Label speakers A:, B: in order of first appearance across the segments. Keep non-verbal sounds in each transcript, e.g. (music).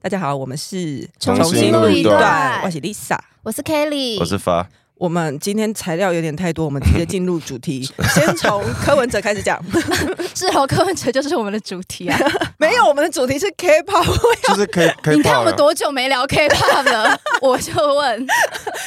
A: 大家好，我们是
B: 重新录一段
A: 我是 Lisa。
C: 我是 Kelly，
B: 我是发，
A: 啊我们今天材料有点太多，我们直接进入主
B: (laughs)
A: 题，先从柯文哲开始讲。 (laughs)
C: 志豪柯文哲 (laughs) 就是我们的主题
B: (laughs)
C: 啊！
A: 没有，我们的主题是 K-pop。
B: 就是 K K
C: 你看我们多久没聊 K-pop
B: (laughs)
C: 了？我就问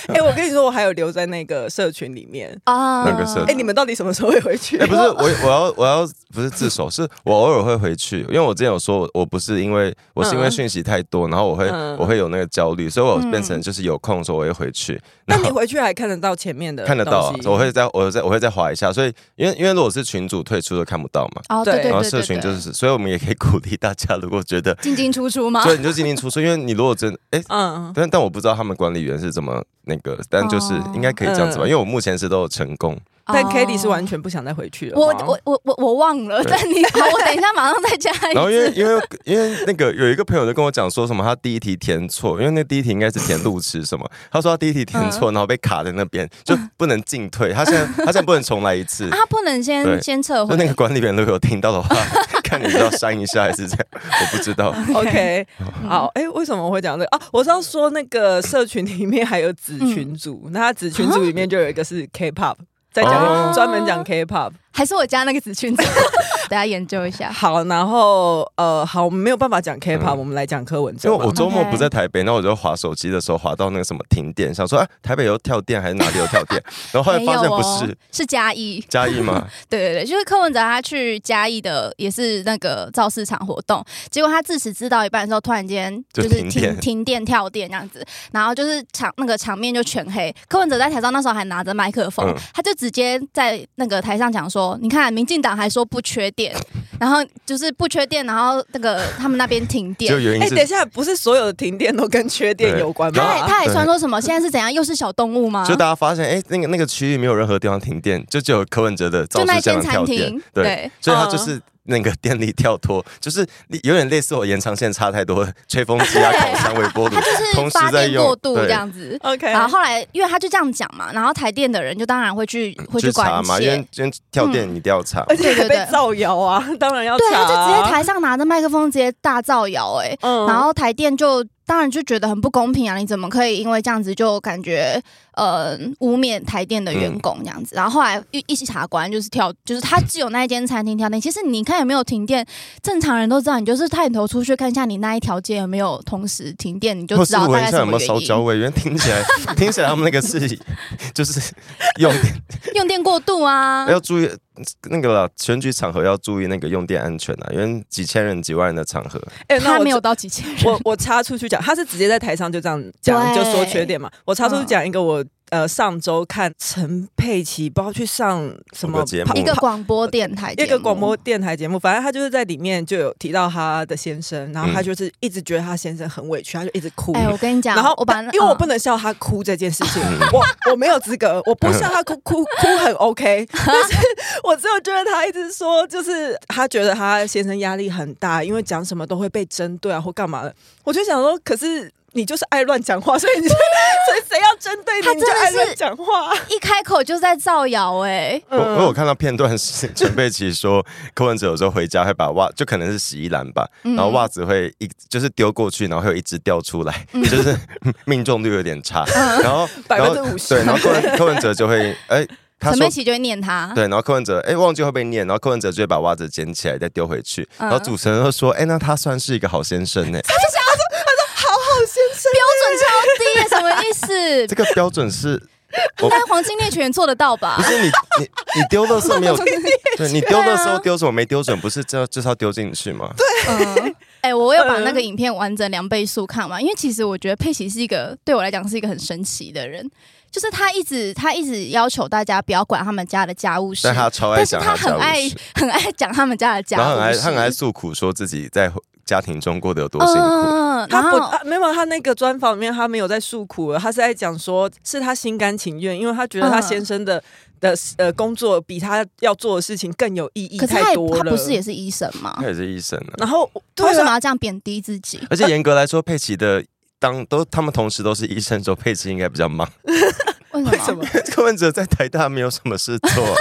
A: 哎、我跟你说，我还有留在那个社群里
B: (laughs)
A: 面。
C: 啊，
B: 那个社
A: 哎、你们到底什么时候会回去？
B: 哎、不是我，我要我要不是自首，是我偶尔会回去，因为我之前有说我我不是因为我是因为
A: 嗯
B: 讯息太多，然后我会、
A: 嗯
B: 我会有那个焦虑，所以我
C: 嗯
B: 变成就是有空的时候我会回去，
A: (laughs) 那
B: 然后
A: 你回去还看得到前面
C: 嗯
A: 的东西？
B: 看得到、啊，我会再我再我会再划一下，所以因为因为如果是群主退出的看不到嘛，
C: 哦，
A: 对
C: 对对对
B: 然后
C: 对
B: 社
C: 对，
B: 群就是，所以我们也可以鼓励大家，如果
C: (laughs)
B: 觉得，
C: 进进出出吗？
B: 所以你就进进出出，因为你如果真哎、
A: 嗯，
B: 但但我不知道他们管理员是怎么那个，但就是
C: 哦
B: 应该可以这样子吧，
A: 嗯
B: 因为我目前是都有成功，
A: 但
C: 哦
A: Kitty 是完全不想再回去了。
C: 我
A: 吗
C: 我我我我忘了，
B: 对
C: 但
B: (laughs)
C: 你好，我等一下马上再加一
B: 然后因为
C: 次。
B: 因为因为那个有一个朋友就跟我讲说什么，他第一题填错，因为那第一题应该是填路痴什么，他说他第一题填
C: 嗯
B: 错，然后被卡在那边，就不能进退。他现在他现在不能重来一次
C: (laughs) 啊，。他不能
B: 对
C: 先先撤
B: 就
C: 回
B: 那个管理员如果有听到的话， (laughs) 看你是要删一下还是这样，我不知道。
C: 啊
A: (laughs) OK，好，
C: (laughs)
A: 哎、为什么我会讲这个啊？我是要说那个社群里面还有子群组，
C: 嗯
A: 那他子群组里面就有一个是
C: 啊
A: K-pop，在
B: 哦
A: 讲专、门讲 K-pop。
C: 还是我加那个子
B: (laughs)
C: 群组， (laughs) 大家研究一下。
A: 好，然后呃，好，我们没有办法讲 K-pop，、
B: 嗯
A: 我们来讲柯文
B: 因
A: 哲
B: 为
A: 吧。
B: 我周末
C: OK
B: 不在台北，那我就滑手机的时候滑到那个什么停电，想说啊，台北有跳电还是哪里有跳
C: (laughs)
B: 电，然后后来
C: 没有
B: 发现不
C: 哦
B: 是，
C: 是嘉义。
B: 嘉义
C: (laughs)
B: 吗？
C: 对对对，就是柯文哲他去嘉义的也是那个造市场活动，结果他自始自到一半的时候，突然间
B: 就
C: 就是
B: 停
C: 停
B: 电
C: 停电跳电这样子，然后就是场那个场面就全黑。柯文哲在台上那时候还拿着麦克风，
B: 嗯
C: 他就直接在那个台上讲说：“你看，民进党还说不缺电，然后就是不缺电，然后那个他们那边停电
B: 就。”原因
A: 哎、
B: 是
A: 等一下，不是所有的停电都跟缺电
B: 啊对
A: 有关
C: 他还
A: 吗？
C: 他还酸说什么？现在是怎样？又是小动物吗？
B: 就大家发现，哎、那个那个区域没有任何地方停电，就只有柯文哲的造
C: 就那
B: 势
C: 一间
B: 现场
C: 餐
B: 跳电
C: 厅，，对，
B: 所以他就是那个电力跳脱，就是有点类似我延长线差太多，吹风机
C: (laughs)
B: 啊、
C: 对
B: 烤箱、微波炉
C: 他就是
B: 同时
C: 发
B: 在
C: 电
B: 用
C: 过度
B: 对
C: 这样子。
A: OK，
C: 然后后来，因为他就这样讲嘛，然后台电的人就当然会去会去
B: 嗯去查
C: 关
B: 嘛，因
C: 切
B: 为。因为跳
C: 嗯
B: 电你一定要查。
A: 而且还
C: 对对
A: 被
C: 对
A: 造谣啊，当然要
C: 对，
A: 查、
C: 他就
A: 啊。
C: 直接台上拿着麦克风直接大造谣哎、
A: 嗯
C: 然后台电就当然就觉得很不公平啊！你怎么可以因为这样子就感觉呃污蔑台电的
B: 嗯
C: 员工这样子？然后后来一一起查官就是跳，就是他只有那一间餐厅跳电。其实你看有没有停电，正常人都知道，你就是探头出去看一下你那一条街有没有同时停电，你就
B: 或
C: 知
B: 是
C: 道大
B: 闻
C: 概
B: 一下
C: 什
B: 有没
C: 么
B: 有
C: 原
B: 烧焦
C: 因。
B: 味，因为
C: (laughs)
B: 听起来听起来他们那个是就是用
C: 用电过度啊，
B: 要注意那个啦，选举场合要注意那个用电安全啊，因为几千人、几万人的场合，
A: 哎、那
C: 他
A: 我
C: 没有到几千 (laughs) 人。
A: 我我插出去讲，他是直接在台上就这样讲，就
C: 对嗯
A: 说缺点嘛。我插出去讲一个我。呃，上周看陈佩琪，不知道去上什
B: 某
A: 么
B: 个节
A: 跑
B: 目
C: 一个广播电台节
A: 一
C: 目，
A: 个广播电台节目，反正他就是在里面就有提到他的先生，然后他
B: 嗯
A: 就是一直觉得他先生很委屈，他就一直哭。
C: 哎，我跟你讲，
A: 然后
C: 我把那
A: 但因为我
C: 嗯
A: 不能笑他哭这件事情，我我没有资格，我不笑他哭哭哭很 OK，但
C: (laughs)
A: 是我只有觉得他一直说，就是他觉得他先生压力很大，因为讲什么都会被针对啊或干嘛的，我就想说，可是。你就是爱乱讲话，所以
C: (laughs)
A: 你就、所以谁要针对你，
C: 他
A: 你就
C: 真的
A: 爱
C: 是
A: 乱讲话。啊
C: 一开口就在造谣哎、
B: 我我有看到片段是陈佩琪说， (laughs) 柯文哲有时候回家会把袜，就可能是洗衣篮吧，
C: 嗯
B: 然后袜子会一就是丢过去，然后会有一只掉出来，
C: 嗯
B: 就是 (laughs) 命中率有点差。然
C: (laughs)
B: 后
A: 百
B: 然
A: 分
B: 后
A: 之50
B: 对，然后柯文柯文哲就会哎、他
C: 陈
B: 说
C: 佩琪就会念他，
B: 对，然后柯文哲哎、忘记会被念，然后柯文哲就会把袜子捡起来再丢回去，然后
C: 嗯
B: 主持人就说哎、那他算是一个好
C: (laughs)
B: 先生欸呢、
A: 好先生，
C: 标准超低，哎什么意
B: 这
C: (laughs) 思？
B: 个标准是。我
C: 但黄金猎犬做得到吧 (laughs)
B: 不？是你你你丢垃圾没有对你丢垃圾
C: 对啊
B: 丢什么没丢准，不是就就是要丢进去吗？
C: 嗯，哎、我有把那个影片完整两倍速看完，因为其实我觉得佩奇是一个对我来讲是一个很神奇的人，就是他一直他一直要求大家不要管他们家的家务事
B: 但，他超爱
C: 但是
B: 讲
C: 他
B: 家
C: 很
B: 务
C: 爱
B: 事
C: 很爱讲他们家的家
B: 然后很
C: 务
B: 爱
C: 事，
B: 他很爱诉苦，说自己在家庭中过得有多辛苦。
C: 嗯
A: 他
C: 然
A: 不
C: 后
A: 啊，没有他那个专访里面，他没有在诉苦了，他是在讲说，是他心甘情愿，因为他觉得他
C: 嗯
A: 先生的、的呃工作比他要做的事情更有意义
C: 可是他
A: 太
C: 也
A: 多
C: 他
A: 了。
C: 不是也是医生吗
B: 他？也是医生啊，
A: 然后
C: 他为
A: 对
C: 什么
A: 啊，
C: 要这样贬低自己？
B: 而且严格来说，佩奇的当都他们同时都是医生的时候，佩
C: (laughs)
B: 奇应该比较忙。
C: 哎为什
A: (laughs)
C: 么？
A: 为什么？
C: (laughs)
B: 柯文哲在台大没有什么事做啊，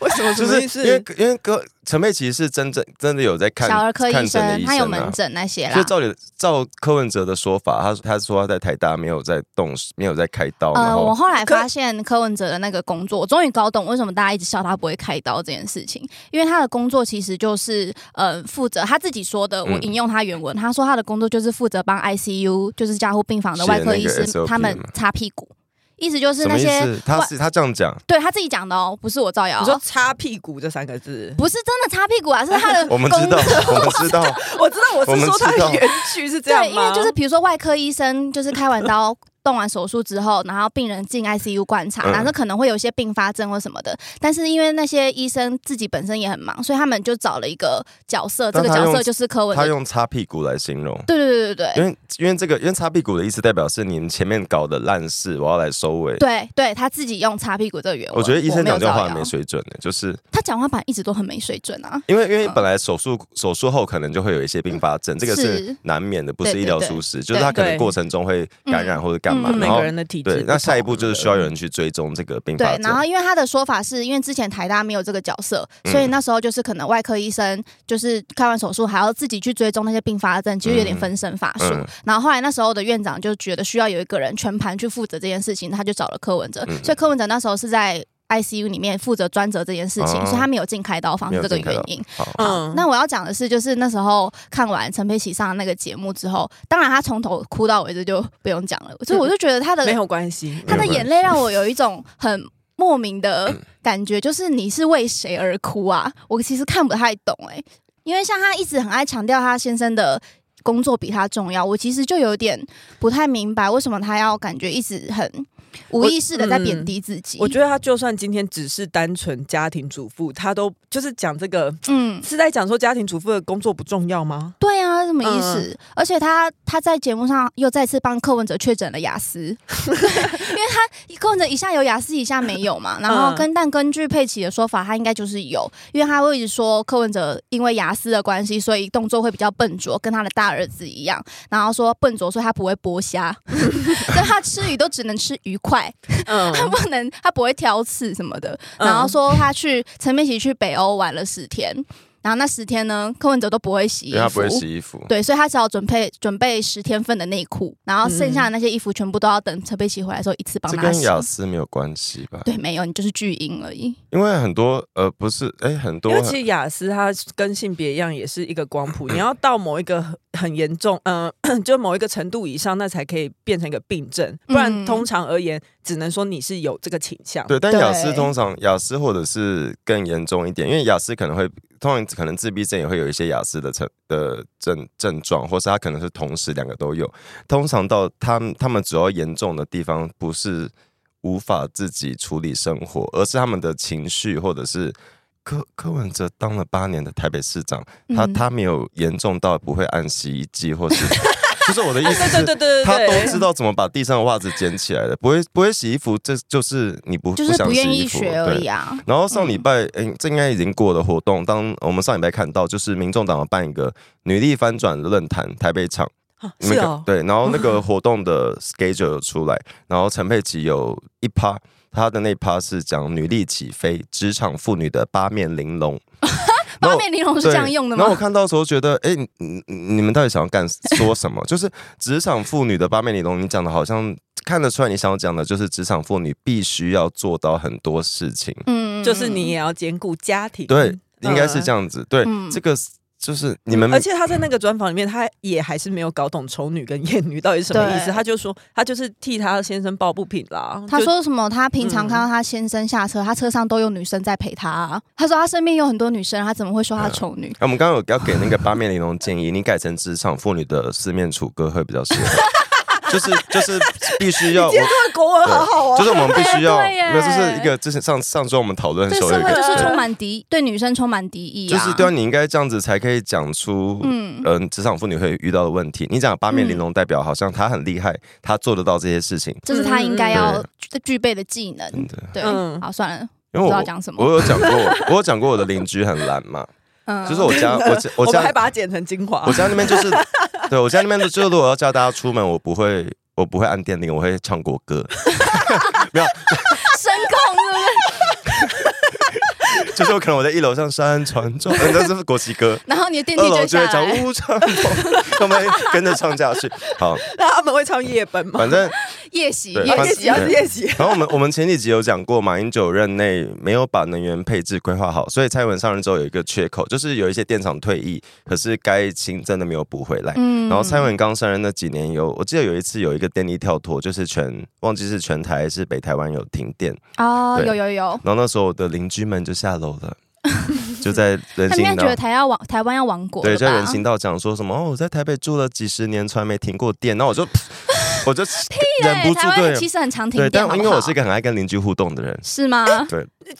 A: 为什么？什
B: 就
A: 么
B: 是
A: 意思？
B: 因为因为哥陈佩琪是真正真的有在看
C: 小儿科
B: 看
C: 医
B: 诊的医
C: 他有
B: 生
C: 门
B: 啊。
C: 诊那些
B: 所
C: 啦。
B: 以照理照柯文哲的说法，他他说他在台大没有在动，没有在开刀，然
C: 呃，我
B: 后
C: 后来
A: 可
C: 发现柯文哲的那个工作，我终于搞懂为什么大家一直笑他不会开刀这件事情，因为他的工作其实就是呃负责他自己说的，我
B: 嗯
C: 引用他原文，他说他的工作就是负责帮 ICU 就是加护病房的
B: 写
C: 外科
B: 那
C: 医
B: 个
C: 师
B: SOP
C: 他们
B: 嘛
C: 擦屁股，意思就是
B: 什
C: 那
B: 么意
C: 些
B: 思？他
C: 外
B: 是他这样讲，
C: 对他自己讲的哦，不是我造谣
A: 你说
C: 哦，
A: “擦屁股”这三个字，
C: 不是真的擦屁股啊，是他的
B: (laughs) 我
C: 工
B: 们知道
C: 作。，
B: 我们知道，
A: 我知道我
B: 我
A: 是
B: 们
A: 说他
B: 知道
A: 的原句是这样
C: 对，
A: 吗？
C: 因为就是比如说外科医生就是开完刀、动完手术之后，然后病人进 ICU 观察，
B: 嗯
C: 然后可能会有一些并发症或什么的。但是因为那些医生自己本身也很忙，所以他们就找了一个角色，这
B: 但
C: 个
B: 他
C: 角色
B: 用
C: 就是柯文
B: 他
C: 哲。
B: 用擦屁股来形容。
C: 对对对对
B: 因
C: 对。
B: 为因为这个，因为擦屁股的意思代表是你们前面搞的烂事，我要来收尾。
C: 对对，他自己用擦屁股这个原文，
B: 我觉得医生
C: 没有
B: 讲这话
C: 造谣
B: 很没，水准的，就是
C: 他讲话板一直都很没水准啊。
B: 因为因为
C: 嗯
B: 本来手术手术后可能就会有一些并发症，这个是
C: 是
B: 难免的，不是
C: 对
B: 医疗
C: 对对
B: 疏失，就是他可能
A: 对
B: 过程中会感染或者干
C: 嗯
B: 嘛，
C: 嗯嗯
A: 每
B: 然后
A: 个人的体质不
B: 对
A: 同，
B: 那下一步就是需要有人去追踪这个并发
C: 对，
B: 症。
C: 然后因为他的说法是因为之前台大没有这个角色，所
B: 嗯
C: 以那时候就是可能外科医生就是开完手术还要自己去追踪那些并发症，其实有点分身乏术。
B: 嗯
C: 然后后来那时候的院长就觉得需要有一个人全盘去负责这件事情，他就找了柯文哲，
B: 嗯
C: 所以柯文哲那时候是在 ICU 里面负责专责这件事情，
B: 哦
C: 所以他没有进开刀房
B: 没
C: 是这
B: 有
C: 个
B: 进开
C: 原
B: 刀
C: 因。
B: 好，
A: 嗯
C: 那我要讲的是，就是那时候看完陈佩琪上的那个节目之后，当然他从头哭到尾，这就不用讲了。所以我就觉得他的
A: 没有关系，嗯
C: 他的眼泪让我有一种很莫名的感觉，就是你是为谁而哭啊？我其实看不太懂哎、因为像他一直很爱强调他先生的。工作比他重要，我其实就有点不太明白为什么他要感觉一直很无意识的在贬低自己。
A: 嗯我觉得他就算今天只是单纯家庭主妇，他都就是讲这个
C: 得，嗯，
A: 是在讲说家庭主妇的工作不重要
C: (laughs)
A: 吗？
C: 对啊，什么意思？
A: 嗯
C: 而且他他在节目上又再次帮柯文哲确诊了雅思，
A: (laughs)
C: 因为他柯文哲一下有雅思，一下没有嘛。然
A: 嗯
C: 后跟但根据佩奇的说法，他应该就是有，因为他会一直说柯文哲因为雅思的关系，所以动作会比较笨拙，跟他的大儿子一样。然后说笨拙，所以他不会
A: (laughs)
C: 剥虾，所以他吃鱼都只能吃鱼块，
A: 嗯，
C: 他不能他不会挑刺什么的。然后说他去陈佩琪去北欧玩了十天。然后那十天呢，柯文哲都不会洗衣
B: 因
C: 服，
B: 为他不会洗衣服，
C: 对，所以他只好准备准备十天份的内裤，然后剩下的那些衣服全部都要等陈佩琪回来的时候一次帮
B: 这
C: 他
B: 跟
C: 洗。
B: 雅思没有关系吧？
C: 对，没有，你就是巨婴而已。
B: 因为很多呃，不是，哎，很多
A: 因为其实雅思它跟性别一样，也是一个光
B: (clears throat)
A: 谱，你要到某一个很很严重，嗯、 (clears throat) 就某一个程度以上，那才可以变成一个病症，不然
C: 嗯
A: 通常而言，只能说你是有这个倾向。
B: 对，但
C: 对
B: 雅思通常雅思或者是更严重一点，因为雅思可能会通常可能自闭症也会有一些雅思的症的症症状，或是他可能是同时两个都有。通常到他们他们主要严重的地方不是无法自己处理生活，而是他们的情绪或者是。柯柯文哲当了八年的台北市长，他
C: 嗯
B: 他没有严重到不会按洗衣机，或是 (laughs) 就是我的意思
A: 哦对
B: 是
A: 对，对对对
B: 他
A: 对
B: 都知道怎么把地上的袜子捡起来的，不会不会洗衣服，这就是你不
C: 就是
B: 想
C: 不
B: 洗
C: 愿
B: 衣
C: 意
B: 服
C: 学而已
B: 对
C: 啊。
B: 然后上礼拜，嗯、这应该已经过了活动。当呃我们上礼拜看到，就是民众党有办一个女力翻转论坛台北场，
A: 啊
B: 那
A: 是
B: 个、
A: 哦，
B: 对，然后那个活动的 schedule 有出来，然后陈佩琪有一趴，她的那一趴是讲女力起飞，职场妇女的八面
C: (laughs)
B: 玲珑。然
C: 八
B: 后
C: 面玲珑是
B: 对，
C: 这样用的
B: 然后我
C: 吗？
B: 看到的时候觉得，哎、你你你们到底想要干
C: (laughs)
B: 说什么？就是职场妇女的八面玲珑，你讲的好像看得出来，你想要讲的就是职场妇女必须要做到很多事情，
C: 嗯
A: 就是你也要兼顾家庭。
B: 对，应该是这样子。对，
C: 嗯
B: 这个是就是你们
A: 而且他在那个专访里面，他也还是没有搞懂丑女跟艳女到底是什么意思。
C: 对
A: 他就说，他就是替他先生抱不平啦。
C: 他
A: 就
C: 说什么？他平
A: 嗯
C: 常看到他先生下车，他车上都有女生在陪他、啊。他说他身边有很多女生，他怎么会说他丑女？
B: 啊我们刚刚有要给那个八面玲珑建议，你改成职场妇女的四面楚歌会比较适合。
C: (laughs)
B: 就是就是必须要，
A: 今天
B: 我
A: 这个国文好好哦
B: 就。是我们必须要，
C: 哎 (laughs) 对耶
B: 没有，就是一个之前上上周我们讨论的
C: 对
B: 时候有
C: 社
B: 一
C: 会
B: 个，
C: 就是充满敌，对女生充满敌意
B: 就
C: 啊。
B: 是对啊，你应该这样子才可以讲出，
C: 嗯
B: 嗯、职场妇女会遇到的问题。你讲八面玲珑，代表好像她很厉害，她做得到这些事情。
C: 这是他应该
A: 嗯
C: 要
B: 对
C: 具具备的技能
B: 真。的，
C: 对，
A: 嗯
C: 好，
B: (laughs)
C: 算了，
B: 因为
C: 不知
B: 我
C: 道讲什么
B: 我有讲过，我有讲过我的邻居很懒嘛，
C: 嗯，
B: 就是我家我家
A: 我
B: 我
A: 们还
B: 家
A: 把它剪成精华
B: 我。家那边就是，对我家那边就是，如果要叫大家出门，我不会我不会按电铃，我会唱国歌。没有，
C: 声控，对不对？
B: 就是有可能我在一楼上山船中，嗯那是国旗歌。
C: 然后你的电
B: 二
C: 梯
B: 楼
C: 就
B: 就
C: 下
B: 会唱
C: 来。
B: 呜唱风， (laughs) 他们跟着唱下去。好，
A: 那他们会唱夜奔吗？
B: 反正
C: 夜袭，
B: 对
A: 要
B: 反
A: (laughs) 夜
C: 夜
A: 袭，
C: 袭，
A: 要夜袭。啊
B: 然后我们我们前几集有讲过，马英九任内没有把能源配置规划好，所以蔡英文上任之后有一个缺口，就是有一些电厂退役，可是该清真的没有补回来。
C: 嗯
B: 然后蔡英文刚上任那几年有，我记得有一次有一个电力跳脱，就是全忘记是全台还是北台湾有停电，
C: (laughs) 哦，
B: 对
C: 有有有，
B: 然后那时候我的邻居们就下楼
C: (laughs)
B: 了，就在人
C: 他
B: 行
C: 们应该觉得
B: 道。
C: 台要亡，台湾要亡国
B: 啊对，
C: 了
B: 就
C: 吧？
B: 在人行道讲说什么哦，我在台北住了几十年，从来没停过电，然后
C: (laughs)
B: 我就我就忍不
C: 对，
B: 住
C: 台
B: 对
C: 湾其实很常停
B: 对，
C: 电，
B: 但
C: 好不
B: 因为
C: 好
B: 我是一个很爱跟邻居互动的人，
C: 是吗？
B: (laughs)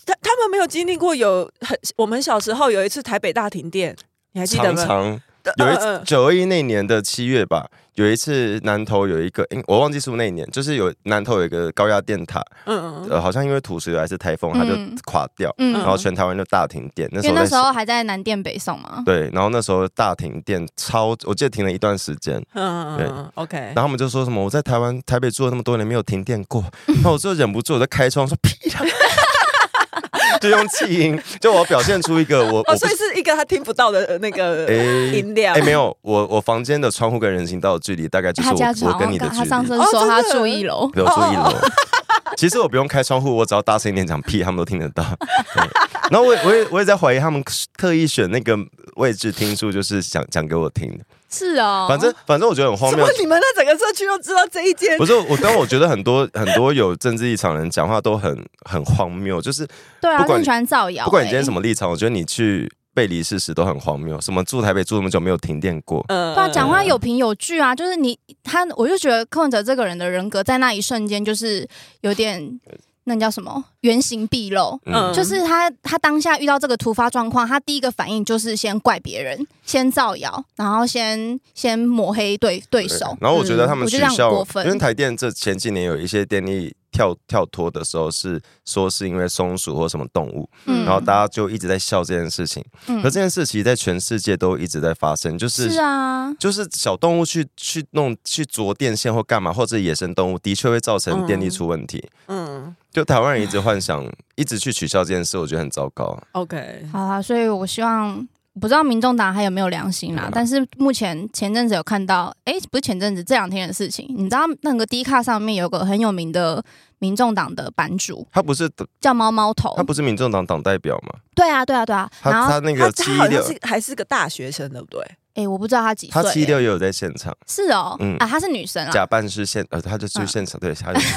A: 他他们没有经历过有很，我们小时候有一次台北大停电，你还记得
B: 常
A: 吗？
B: 常有
A: 嗯
B: 一次
A: 嗯
B: 九二一那年的七月吧，有一次南投有一个，诶我忘记是不是那一年，就是有南投有一个高压电塔，
A: 嗯嗯，
B: 呃，好像因为土石流还是台风，它就
C: 嗯
B: 垮掉，
C: 嗯，
B: 然后全台湾就大停电。那时
C: 因为
B: 候
C: 那
B: 在
C: 时候还在南电北送嘛。
B: 对，然后那时候大停电超，我记得停了一段时间，
A: 嗯嗯
B: 对
A: 嗯，OK
B: 然。后他们就说什么我在台湾台北住了那么多年没有停电过，那我就忍不住我就开窗说屁啦， (laughs) 就用气音，就我表现出一个我我
A: 哦，
B: 不
A: 所以是一个他听不到的呃那个
B: 诶
A: 音量
C: (laughs)
B: 哎、。
A: (laughs)
B: 没有，我我房间的窗户跟人行道的距离大概就是
C: 他家
B: 我
C: 床，
B: 我跟你的距
C: 他上哦
B: 离，
C: 次
A: 哦
C: 说
A: 真
C: 他
A: 的
C: 住一楼，
B: 比如说一楼。 (laughs) 其实我不用开窗户，我只要大声一点讲屁，他们都听得到。 (laughs) 对然后我也我也我也在怀疑他们特意选那个位置听数，就是想讲给我听的。
C: 是哦。
B: 反正反正我觉得很荒
A: 什
B: 谬
A: 么？。你们那整个社区都知道这一间
B: 不？是我，但我觉得很多很多有政治立场的人讲话都很很荒谬，就是
C: 对啊，
B: 不管
C: 很喜欢造谣欸。
B: 不管你今天什么立场，我觉得你去背离事实都很荒谬。什么住台北住那么久没有停电过，
A: 嗯
C: 对啊，讲话有凭有据啊，就是你他，我就觉得柯文哲这个人的人格在那一瞬间就是有点，那叫什么原形毕露。
B: 嗯
C: 就是他，他当下遇到这个突发状况，他第一个反应就是先怪别人，先造谣，然后先先抹黑对对手。
B: 然后我觉得他
C: 嗯
B: 们
C: 我觉
B: 取
C: 得这样
B: 消，
C: 很过分
B: 因为台电这前几年有一些电力跳跳脱的时候，是说是因为松鼠或什么动物，
C: 嗯
B: 然后大家就一直在笑这件事情。
C: 嗯
B: 可这件事其实在全世界都一直在发生，就是。
C: 是啊，
B: 就是小动物去去弄去啄电线或干嘛，或者野生动物的确会造成
C: 嗯
B: 电力出问题。
A: 嗯
B: 就台湾人一直幻想，一直去取消这件事，我觉得很糟糕。啊
A: ，OK，
C: 好啦，所以我希望不知道民众党还有没有良心啦
B: 对啊，
C: 但是目前前阵子有看到，诶，不是前阵子这两天的事情，你知道那个 D 卡上面有个很有名的民众党的版主
B: 他不是
C: 叫猫猫头
B: 他，不是民众党党代表吗？
C: 对啊对啊对啊，
B: 他
C: 然后
B: 他那
A: 他
B: 个七
A: 他
B: 一
A: 好像
B: 六，
A: 是还是个大学生，对不对？
C: 诶，我不知道他几岁、
B: 他七一六
C: 欸
B: 也有在现场。
C: 是哦，
B: 嗯
C: 啊，她是女生啊，
B: 假扮是现，呃，他就去
C: 嗯
B: 现场，对，他就
C: (laughs)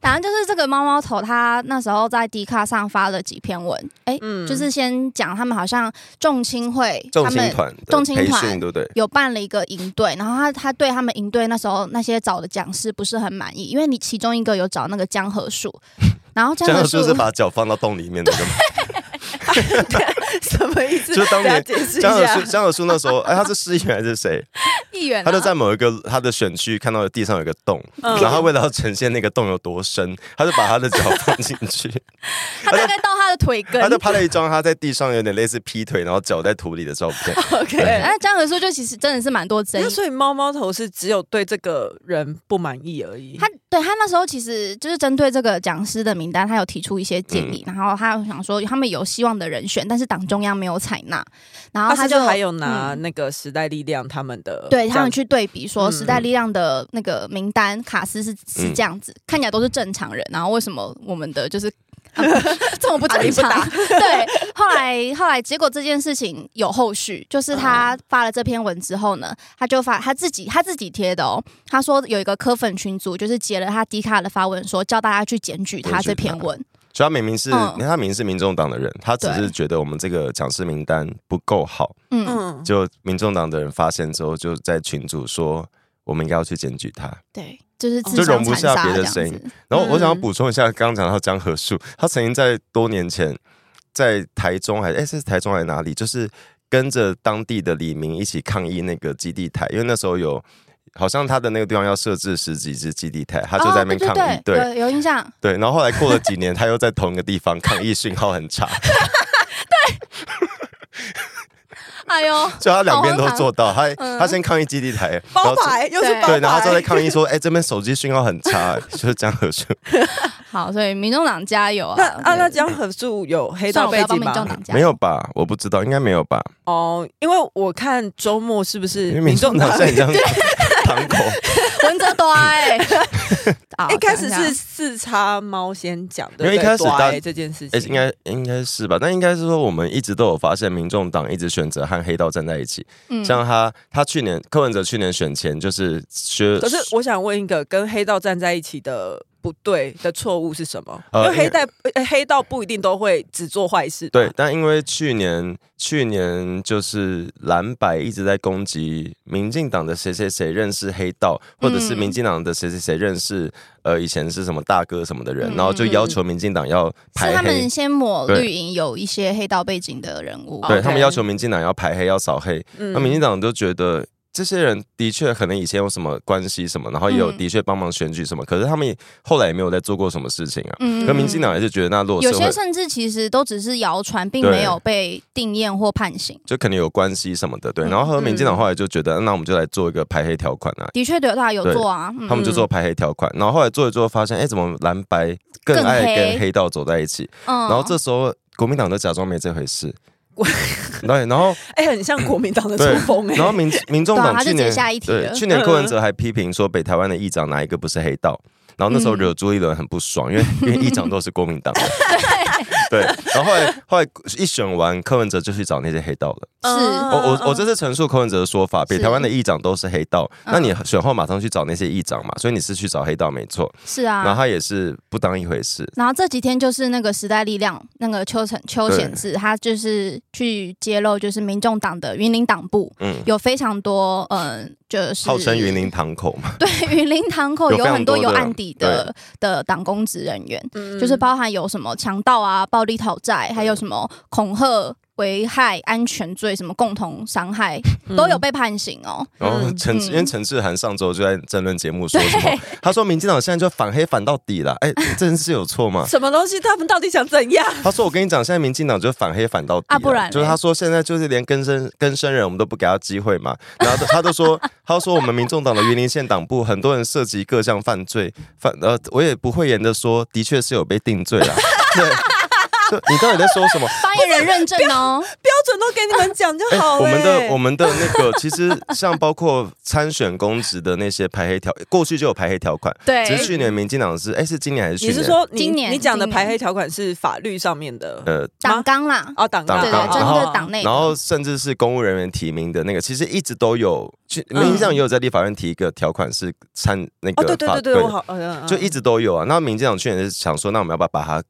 C: 反正就是这个猫猫头，他那时候在 D 卡上发了几篇文，诶，
A: 嗯
C: 就是先讲他们好像众青会，
B: 众
C: 他
B: 青
C: 们
B: 团的
C: 众青
B: 培
C: 团
B: 训，对不对？
C: 有办了一个营队，然后他他对他们营队那时候那些找的讲师不是很满意，因为你其中一个有找那个江河
B: (laughs)
C: 树，然后江
B: 江
C: 河
B: 河
C: 树
B: 树是把脚放到洞里面
A: (laughs)
B: 的，
A: 什么意思？
B: 就是当年
A: 大家解
C: 啊
A: 释一
B: 江河
A: 下
B: 树，。江河树那时
C: (laughs)
B: 候，哎，他是市议员还是谁？
C: (laughs) 议员、啊，
B: 他就在某一个他的选区看到地上有一个洞，
A: 嗯
B: 然后他为了要呈现那个洞有多深，他就把他的
C: (laughs)
B: 脚放进去，
C: 他大概到他的腿根
B: 他，就拍了一张他在地上有点类似劈腿，然后脚在土里的照
C: (laughs)
B: 片。
A: OK，
C: 然后哎江河树就其实真的是蛮多争
A: 那
C: 议。
A: 所以猫猫头是只有对这个人不满意而已。
C: 他对他那时候其实就是针对这个讲师的名单，他有提出一些建议，
A: 嗯
C: 然后他有想说他们有希望的人选，但是党中央没有采纳，然后
A: 他是不
C: 就是
A: 还有拿
C: 嗯
A: 那个时代力量他们的
C: 对
A: 这
C: 他
A: 样
C: 们去对比说
A: 嗯
C: 时代力量的那个名单，卡斯是是
B: 嗯
C: 这样子，看起来都是正常人，然后为什么我们的
B: (laughs)
C: 就是、啊、这么不
A: 啊你
C: 正
A: 不
C: 常
A: 打？
C: (laughs) 对，后来后来结果这件事情有后续，就是
B: 嗯
C: 他发了这篇文之后呢，他就发他自己他自己贴的哦，他说有一个科粉群组就是截了他迪卡的发文说叫大家去检举他
B: 检举
C: 这篇
B: 他
C: 文，
B: 所以他明明是，
C: 嗯
B: 你看他明明是民众党的人，他只是
C: 对
B: 觉得我们这个讲师名单不够好，
C: 嗯，
A: 嗯，
B: 就民众党的人发现之后，就在群组说我们应该要去检举他。
C: 对，就是
B: 哦就
C: 自
B: 容
C: 相
B: 不
C: 残
B: 下
C: 杀
B: 别的
C: 这样
B: 声音
C: 子，
B: 然后我想要
A: 嗯
B: 补充一下，刚刚讲到江河树，他曾经在多年前在台中还哎、是台中还是哪里，就是跟着当地的李明一起抗议那个基地台，因为那时候有好像他的那个地方要设置十几只基地台，他就在那边抗议，
C: 哦、对对对有有印象，
B: 对然后后来过了几年，他又在同一个地方抗议，讯号很差，
C: 啊， (laughs) 哎呦，
B: (laughs) 就他两边都做到，他
C: (laughs) 嗯
B: 他先抗议基地台，然
A: 包
B: 后
A: 牌又是
C: 对
A: 包
B: 对，
A: 牌，
B: 然后之后再抗议说，哎，这边手机讯号很差， (laughs) 就是江河
C: (laughs)
B: 说
C: 好，所以民众党加油
A: 那
C: 啊！
A: 啊，那
C: 对
A: 江河树有黑
C: 算
A: 道
C: 了，我不
A: 背
C: 要帮
A: 景
C: 民众
A: 吗？
C: 党加油，
B: 没有吧？我不知道，应该没有吧？
A: 哦，因为我看周末是不
B: 因
A: 是
B: 为民众党
A: 哎
B: 像你这样堂口，
C: 文哲多 (laughs) 哎、 (laughs) 好
A: 一开始
C: 讲
A: 是四叉猫先讲的，
B: 因为一
A: 对
B: 开始
A: 短
B: 大
A: 欸这件事
B: 哎，
A: 情
B: 应该应该是吧？但应该是说，我们一直都有发现，民众党一直选择和黑道站在一起。
C: 嗯
B: 像他，他去年柯文哲去年选前就是学，
A: 可是我想问一个，跟黑道站在一起的不对的错误是什么？
B: 呃
A: 因为黑带呃黑道不一定都会只做坏事。
B: 对，，但因为去年去年就是蓝白一直在攻击民进党的谁谁谁认识黑道，或者是
C: 嗯
B: 民进党的谁谁谁认识呃以前是什么大哥什么的人，
C: 嗯
B: 然后就要求民进党要
C: 是
B: 排
C: 他
B: 黑
C: 们。先抹
B: 对
C: 绿营有一些黑道背景的人物，
B: 对
A: OK
B: 他们要求民进党要排黑要扫黑，
A: 嗯
B: 那民进党都觉得这些人的确可能以前有什么关系什么，然后也有
C: 嗯
B: 的确帮忙选举什么，可是他们也后来也没有在做过什么事情啊。
C: 嗯
B: 可民进党也是觉得那落
C: 有
B: 社会
C: 些甚至其实都只是谣传，并
B: 对
C: 没有被定验或判刑。
B: 就可能有关系什么的，对。
C: 嗯
B: 然后和民进党后来就觉得，啊那我们就来做一个排黑条款啊，
C: 的确，刘大有
B: 对
C: 做啊，嗯
B: 他们就做排黑条款，然后后来做一做，发现哎，怎么蓝白更
C: 更
B: 爱
C: 黑
B: 跟黑道走在一起？
C: 嗯
B: 然后这时候国民党就假装没这回事，对，然后
A: 哎、很像国民党的
B: 对
A: 作风哎、
B: 然后民民众
C: 对啊
B: 党
C: 他就
B: 去年
C: 直接下一题
B: 对
C: 了
B: 去年
A: 嗯
B: 柯文哲还批评说北台湾的议长哪一个不是黑道。然后那时
C: 嗯
B: 候惹朱一伦很不爽，因为 (laughs) 因为议长都是国
C: (laughs)
B: 民党的，对。然后后来后来一选完，柯文哲就去找那些黑道了。
C: 是
B: 我我
A: 嗯
B: 我这是陈述柯文哲的说法，
C: 嗯
B: 北
C: 是
B: 台湾的议长都是黑道，
C: 嗯
B: 那你选后马上去找那些议长嘛，所以你是去找黑道没错，
C: 是
B: 然后
C: 啊。
B: 他也是不当一回事，
C: 然后这几天就是那个时代力量那个邱成邱
B: 对
C: 显志，他就是去揭露，就是民众党的云林党部
B: 嗯，
C: 有非常多嗯、就是
B: 号称云林堂口嘛，
C: (laughs) 对云林堂口
B: 有
C: 有
B: 非常
C: 很多
B: 多
C: 有
B: 的
C: 案底的的党公职人员，
A: 嗯
C: 就是包含有什么强盗啊、暴力讨债，还有什么恐吓、危害安全罪、什么共同伤害，都有被判刑哦。
B: 然后
A: 嗯
B: 陈
C: 嗯
B: 因为陈志涵上周就在争论节目说什么，他说民进党现在就反黑反到底了，哎，
A: (laughs)
B: 这件事有错吗？
A: 什么东西？他们到底想怎样？
B: 他说：“我跟你讲，现在民进党就是反黑反到底了
C: 啊不然嘞
B: 就是他说现在就是连更生更生人我们都不给他机会嘛。然后他他都说， (laughs) 他说我们民众党的云林县党部很多人涉及各项犯罪，犯呃，我也不讳言的说，的确是有被定
A: (laughs)
B: 罪啦。对，就你到底在说什么？
C: 发言人认证哦，
A: 标准都给你们讲就
B: 哎、
A: 好
B: 我
A: 了、欸
B: 们的我们的那个，其实像包括参选公职的那些排黑条，过去就有排黑条款，
C: 对
B: 只是去年民进党是哎、是今年还是去
A: 你
B: 年？
A: 是说你
C: 今年
A: 你讲的
C: 今年
A: 排黑条款是法律上面的？
B: 呃，
C: 党纲啦，
A: 哦，党纲
C: 对
B: 党
A: 哦
C: 对，
B: 纲
C: 这
B: 然
A: 哦
B: 后
C: 是
A: 哦
C: 党内的。
B: 然后甚至是公务人员提名的那个，其实一直都有，去
A: 嗯
B: 民进党也有在立法院提一个条款是参那
A: 哦，
B: 个
A: 对对
B: 法
A: 对对，我好，嗯
B: 就一直都有啊。那民进党去年是想说，那我们要不要把它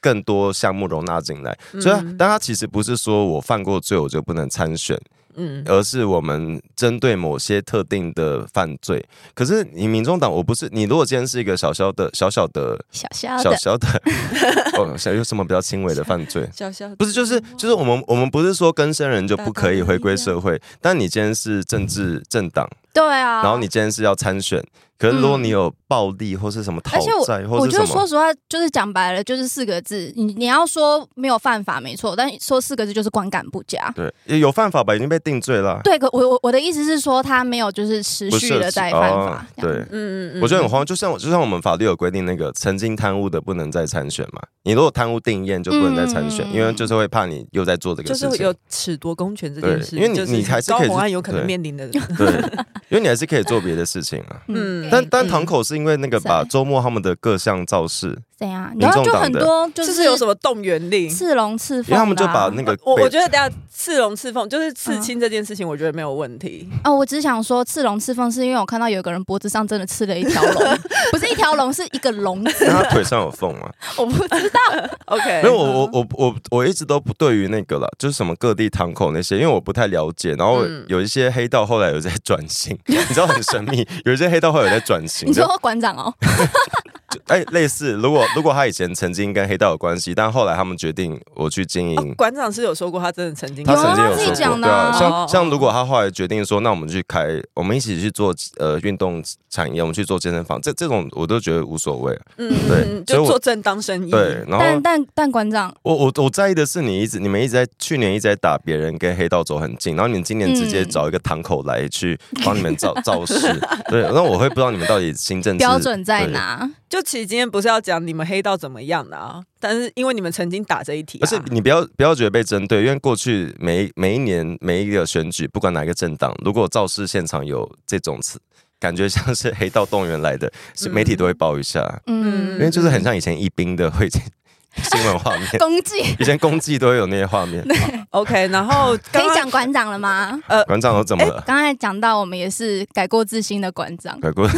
B: 更多项目容纳进来？
A: 嗯
B: 所以，但他其实不是说我犯过罪我就不能参选，
A: 嗯，
B: 而是我们针对某些特定的犯罪。可是你民众党，我不是你，如果今天是一个小小的、小小的、
C: 小
A: 啊
C: 小
B: 小
C: 的，
A: (laughs)
B: 小的，哦，小有什么比较轻微的犯罪？
A: 小小
B: 不是，就是
C: 嗯
B: 就是我们我们不是说更生人就不可以回归社会，但你今天是政治政党，
C: 对嗯啊。嗯
B: 然后你今天是要参选，可是如果你有暴力或是什么讨
C: 而且我
B: 债
C: 我
B: 或
C: 觉
B: 是什
C: 得说
B: 么，
C: 实话，就是讲白了，就是四个字。你你要说没有犯法没错，但说四个字就是观感不佳。
B: 对，也有犯法吧，已经被定罪了。
C: (laughs) 对，可我我我的意思是说，他没有就是持
B: 不
C: 续
B: 涉
C: 的
B: 及
C: 在犯
B: 哦
C: 法。这样
B: 对。
A: 嗯嗯嗯，
B: 我觉得很慌，就像我就像我们法律有规定，那个曾经贪污的不能再参选嘛。你如果贪污定验，就不能再参选，
C: 嗯
B: 因为就是会怕你又在做这个
A: 就
B: 事
A: 是
B: 情
A: 有。褫夺公权这
B: 对
A: 件事，
B: 因为你
A: 就
B: 你还是
A: 高
B: 可以
A: 洪
B: 去
A: 安有可能
B: 对
A: 面临
C: (laughs)
A: 的，
B: 对，因为你还是可以做别的事情啊。
A: 嗯
B: 但但堂口是因为那个
C: 是啊
B: 把周末他们的各项造势，
C: 怎样？
B: 民
C: 然后
B: 众
C: 就
B: 党
C: 很
B: 的
C: 多就
A: 就是有什
C: 么
A: 么动员令，
C: 刺龙刺凤
B: 因
C: 的啊，
B: 为他们就把那个
A: 我
B: 被
A: 我觉得等下刺龙刺凤就是刺
C: 嗯
A: 青这件事情，我觉得没有问
B: (laughs)
A: 题。
C: 哦，我只想说刺龙刺凤是因为我看到有个人脖子上真的刺了一条
B: (laughs)
C: 龙，不是一条龙，是一个龙字，
B: 那他腿上有缝吗？
C: 我不
B: 啊
C: 知
A: OK，
B: 没有，我我我我我一直都不对于那个了，就是什么各地堂口那些，因为我不太了解。然后
A: 嗯
B: 有一些黑道后来有在 (laughs) 转型，你知道很神秘，有一些黑道后来有在转型，
C: 你
B: 就
C: 说馆长哦，
B: 就哎、类似，如果如果他以前曾经跟黑道有关系，但后来他们决定我去经营。
A: 哦馆长是有说过，他真的曾经
B: 他
C: 有啊
B: 曾经有
C: 他自己
B: 说过，
C: 讲的
B: 对啊，
C: 啊
A: 哦
B: 像像如果他后来决定说，那我们去开，我们一起去做呃运动产业，我们去做健身房，这这种我都觉得无所谓。
A: 嗯
B: 对
A: 嗯
B: 所以
A: 就
B: 我
A: 做正当生意，
B: 对，然
C: 但
B: 后
C: 但但馆长，
B: 我我我在意的是你一直你们一直在去年一直在打别人跟黑道走很近，然后你们今年直接
C: 嗯
B: 找一个堂口来去帮你们造造势，对，那我会不知道你们到底新政治
C: 标准啊在
B: 对
C: 哪？
A: 就其实今天不是要讲你们黑道怎么样的啊，但是因为你们曾经打这一题、啊，
B: 而且你不要不要觉得被针对，因为过去每一每一年每一个选举，不管哪一个政党，如果造势现场有这种词，感觉像是黑道动员来的，是媒体都会报一下，
A: 嗯
C: 嗯，
B: 因为就是很像以前一兵的会 (laughs) 新闻画面，
C: 冬季
B: 以前公祭都会有那些画面。
A: OK，然后
C: (laughs) 可
A: 刚
C: 以
A: 刚
C: 讲馆长了吗？
B: 馆长都怎么了？
C: 刚才讲到我们也是改过自新的馆长，
B: 改过去，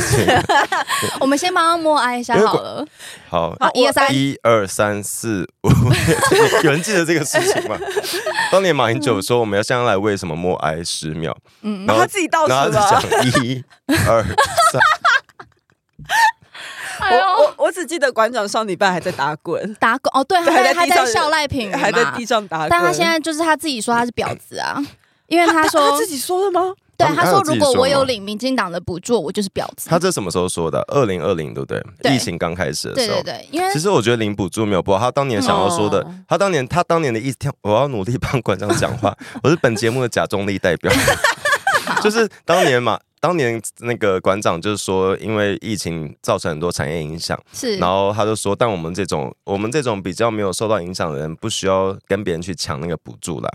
C: 我们先帮他默哀一下好了。
B: 好。
C: 好，一二三，
B: 一二三四五， (laughs) 有人记得这个事
C: (laughs)
B: 情吗？当年马英九说我们要向他来为什么默哀十秒，
C: 嗯，
A: 然后他自己倒数啊
B: 然后他
A: 了。
B: 就讲一二 (laughs) 三，
C: 哎
A: 我
C: 呦，
A: (laughs) 我我只记得馆长上礼拜还在打滚，
C: 打狗哦，对，他
A: 还在
C: 在他
A: 地上
C: 在笑赖品妤
A: 还在
C: 嘛
A: 地，上打滚。
C: 但他现在就是他自己说他是婊子啊，因为他
A: 他
C: 说
A: 自己说的吗？
C: 对
B: 他
C: 他
B: 他
C: 说
B: 有自
C: 如
B: 己
C: 果
B: 说
C: 我有
B: 吗
C: 领民进党的补助，我就是婊子。
B: 他这什么时候说的？二零二零对不对？
C: 对
B: 疫情刚开始的
C: 对
B: 时候。
C: 对对，因为
B: 其实我觉得零补助没有不好，他当年想要说的，
A: 哦
B: 他当年他当年的一天，我要努力帮馆长讲
C: (laughs)
B: 话，我是本节目的假中立代表， (laughs) 就是当年嘛。当年那个馆长就是说，因为疫情造成很多产业影响，
C: 是
B: 然后他就说，但我们这种我们这种比较没有受到影响的人，不需要跟别人去抢那个补助啦。